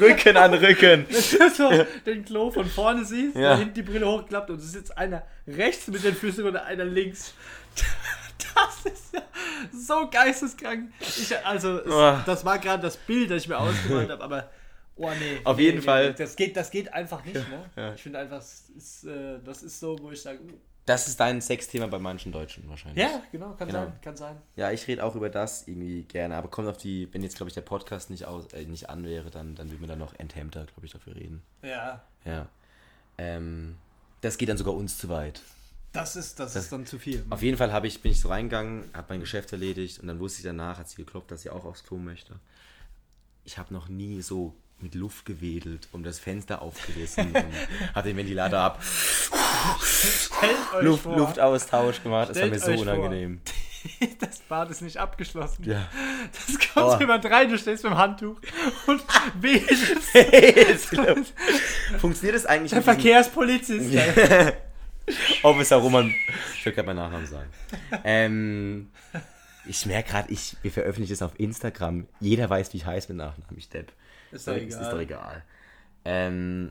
[SPEAKER 1] Rücken an Rücken.
[SPEAKER 2] so den Klo von vorne siehst,
[SPEAKER 1] Ja.
[SPEAKER 2] da hinten die Brille hochklappt und es sitzt einer rechts mit den Füßen und einer links. Das ist ja so geisteskrank. Ich, also, es,
[SPEAKER 1] Boah.
[SPEAKER 2] das war gerade das Bild, das ich mir ausgemalt habe, aber. Oh nee.
[SPEAKER 1] Auf
[SPEAKER 2] nee,
[SPEAKER 1] jeden
[SPEAKER 2] nee,
[SPEAKER 1] Fall.
[SPEAKER 2] nee, Das geht, das geht einfach nicht, ne?
[SPEAKER 1] ja.
[SPEAKER 2] Ich finde einfach, es ist, äh, das ist so, wo ich sage, uh,
[SPEAKER 1] Das ist dein Sexthema bei manchen Deutschen wahrscheinlich.
[SPEAKER 2] ja, genau, kann
[SPEAKER 1] Genau.
[SPEAKER 2] sein, kann sein.
[SPEAKER 1] Ja, ich rede auch über das irgendwie gerne, aber kommt auf die, wenn jetzt, glaube ich, der Podcast nicht, aus, äh, nicht an wäre, dann, dann würden wir da noch enthemmter, glaube ich, dafür reden.
[SPEAKER 2] Ja.
[SPEAKER 1] Ja. Ähm, das geht dann sogar uns zu weit.
[SPEAKER 2] Das ist, das, ist dann zu viel.
[SPEAKER 1] Auf jeden Fall hab ich, bin ich so reingegangen, habe mein Geschäft erledigt und dann wusste ich danach, hat sie geklopft, dass sie auch aufs Klo möchte. Ich habe noch nie so mit Luft gewedelt, um das Fenster aufgerissen und habe den Ventilator ab.
[SPEAKER 2] Stellt euch
[SPEAKER 1] Luft,
[SPEAKER 2] vor,
[SPEAKER 1] Luftaustausch gemacht,
[SPEAKER 2] Stellt
[SPEAKER 1] das war mir
[SPEAKER 2] euch
[SPEAKER 1] so
[SPEAKER 2] vor.
[SPEAKER 1] unangenehm.
[SPEAKER 2] das Bad ist nicht abgeschlossen.
[SPEAKER 1] Ja.
[SPEAKER 2] Es
[SPEAKER 1] Oh.
[SPEAKER 2] kommt jemand rein, du stehst mit dem Handtuch und wedelst.
[SPEAKER 1] Funktioniert es eigentlich
[SPEAKER 2] Der
[SPEAKER 1] mit diesem-
[SPEAKER 2] Verkehrspolizist.
[SPEAKER 1] Ob es auch Roman. Ich will gerade meinen Nachnamen sagen. Ähm, Ich merke gerade, ich, wir veröffentlichen das auf Instagram. Jeder weiß, wie ich heiße mit Nachnamen. Ich depp.
[SPEAKER 2] Ist doch
[SPEAKER 1] Ist doch
[SPEAKER 2] egal.
[SPEAKER 1] egal. Ähm,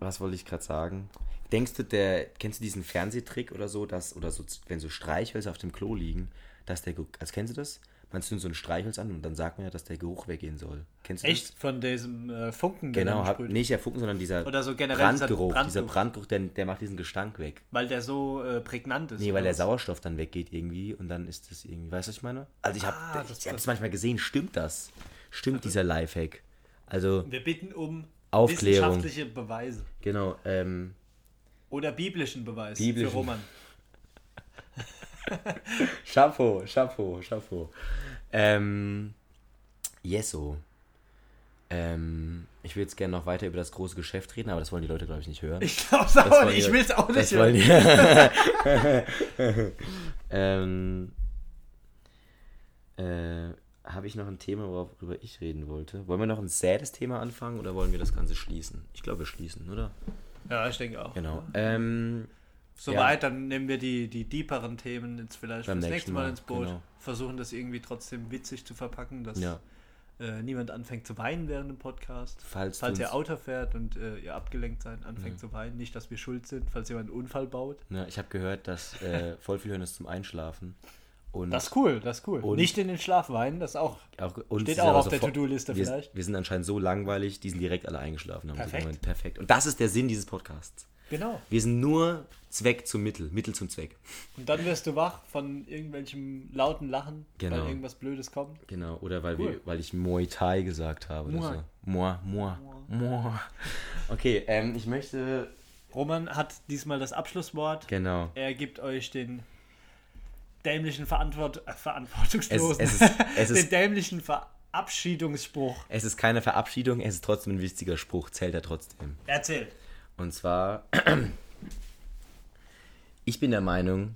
[SPEAKER 1] was wollte ich gerade sagen? Denkst du, der, kennst du diesen Fernsehtrick oder so, dass, oder so, wenn so Streichhölzer auf dem Klo liegen, dass der, Ge- also kennst du das? Man zündet so ein Streichholz an und dann sagt man ja, dass der Geruch weggehen soll. Kennst du das?
[SPEAKER 2] Echt von diesem äh, Funken, der
[SPEAKER 1] Genau,
[SPEAKER 2] dann
[SPEAKER 1] hab,
[SPEAKER 2] sprüht.
[SPEAKER 1] nicht der Funken, sondern dieser
[SPEAKER 2] Oder so generell dieser
[SPEAKER 1] Brandgeruch.
[SPEAKER 2] Brandgeruch.
[SPEAKER 1] Dieser Brandgeruch, der, der macht diesen Gestank weg.
[SPEAKER 2] weil der so äh, prägnant ist.
[SPEAKER 1] Nee, weil
[SPEAKER 2] oder
[SPEAKER 1] der
[SPEAKER 2] was?
[SPEAKER 1] Sauerstoff dann weggeht irgendwie und dann ist das irgendwie, weißt du, was ich meine? Also ich habe
[SPEAKER 2] Ah, das-
[SPEAKER 1] ich hab's manchmal gesehen, stimmt das? Stimmt dieser Lifehack? Also,
[SPEAKER 2] Wir bitten um
[SPEAKER 1] Aufklärung.
[SPEAKER 2] wissenschaftliche Beweise
[SPEAKER 1] genau, ähm,
[SPEAKER 2] oder biblischen Beweis
[SPEAKER 1] Biblischen.
[SPEAKER 2] für Roman.
[SPEAKER 1] Chapeau, Chapeau, Chapeau. Ähm, Yeso. Ähm, ich würde jetzt gerne noch weiter über das große Geschäft reden, aber das wollen die Leute, glaube ich, nicht hören.
[SPEAKER 2] Ich glaub's auch
[SPEAKER 1] wollen
[SPEAKER 2] nicht, ich
[SPEAKER 1] die-
[SPEAKER 2] will's auch
[SPEAKER 1] Das
[SPEAKER 2] nicht.
[SPEAKER 1] wollen
[SPEAKER 2] hören.
[SPEAKER 1] die. ähm, äh, Habe ich noch ein Thema, worüber ich reden wollte? Wollen wir noch ein sades Thema anfangen oder wollen wir das Ganze schließen? Ich glaube, wir schließen, oder?
[SPEAKER 2] Ja, ich denke auch.
[SPEAKER 1] Genau. Ähm,
[SPEAKER 2] Soweit, dann nehmen wir die, die deeperen Themen jetzt vielleicht
[SPEAKER 1] Beim
[SPEAKER 2] fürs
[SPEAKER 1] nächsten
[SPEAKER 2] nächste Mal,
[SPEAKER 1] Mal,
[SPEAKER 2] ins Boot.
[SPEAKER 1] genau.
[SPEAKER 2] Versuchen das irgendwie trotzdem witzig zu verpacken, dass
[SPEAKER 1] ja.
[SPEAKER 2] äh, niemand anfängt zu weinen während dem Podcast.
[SPEAKER 1] Falls,
[SPEAKER 2] Falls
[SPEAKER 1] du
[SPEAKER 2] ihr
[SPEAKER 1] uns,
[SPEAKER 2] Auto fährt und äh, ihr abgelenkt seid, anfängt zu weinen. Nicht, dass wir schuld sind, falls jemand einen Unfall baut.
[SPEAKER 1] ja, ich habe gehört, dass äh, voll viel hören das zum Einschlafen. Und
[SPEAKER 2] Das ist cool, das ist cool.
[SPEAKER 1] Und-
[SPEAKER 2] Nicht in den Schlaf weinen, das ist auch.
[SPEAKER 1] Auch, und
[SPEAKER 2] Steht
[SPEAKER 1] sie
[SPEAKER 2] auch
[SPEAKER 1] sind
[SPEAKER 2] auf
[SPEAKER 1] aber
[SPEAKER 2] der
[SPEAKER 1] sofort-
[SPEAKER 2] To-Do-Liste
[SPEAKER 1] wir,
[SPEAKER 2] vielleicht.
[SPEAKER 1] Wir sind anscheinend so langweilig, die sind direkt alle eingeschlafen. Haben sie
[SPEAKER 2] Perfekt.
[SPEAKER 1] gemeint. Perfekt. Und das ist der Sinn dieses Podcasts.
[SPEAKER 2] Genau.
[SPEAKER 1] Wir sind nur Zweck zum Mittel, Mittel zum Zweck.
[SPEAKER 2] Und dann wirst du wach von irgendwelchem lauten Lachen,
[SPEAKER 1] Genau.
[SPEAKER 2] weil irgendwas Blödes kommt.
[SPEAKER 1] Genau, oder weil,
[SPEAKER 2] Cool.
[SPEAKER 1] wir, weil ich Muay Thai gesagt habe.
[SPEAKER 2] Muay.
[SPEAKER 1] Oder so. Moi, moi, moi. Okay, ähm, ich möchte...
[SPEAKER 2] Roman hat diesmal das Abschlusswort.
[SPEAKER 1] Genau.
[SPEAKER 2] Er gibt euch den dämlichen Verantwort äh,
[SPEAKER 1] Es,
[SPEAKER 2] Verantwortungslosen,
[SPEAKER 1] es, ist, es,
[SPEAKER 2] den
[SPEAKER 1] ist,
[SPEAKER 2] dämlichen Verabschiedungsspruch.
[SPEAKER 1] es ist keine Verabschiedung, es ist trotzdem ein wichtiger Spruch, zählt er trotzdem.
[SPEAKER 2] Erzähl.
[SPEAKER 1] Und zwar, ich bin der Meinung,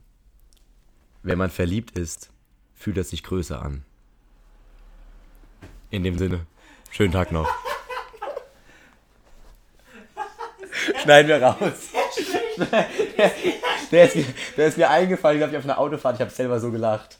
[SPEAKER 1] wenn man verliebt ist, fühlt es sich größer an. In dem Sinne, schönen Tag noch. Schneiden wir raus. Der ist, mir- der ist mir eingefallen, glaube ich, auf einer Autofahrt. Ich habe selber so gelacht.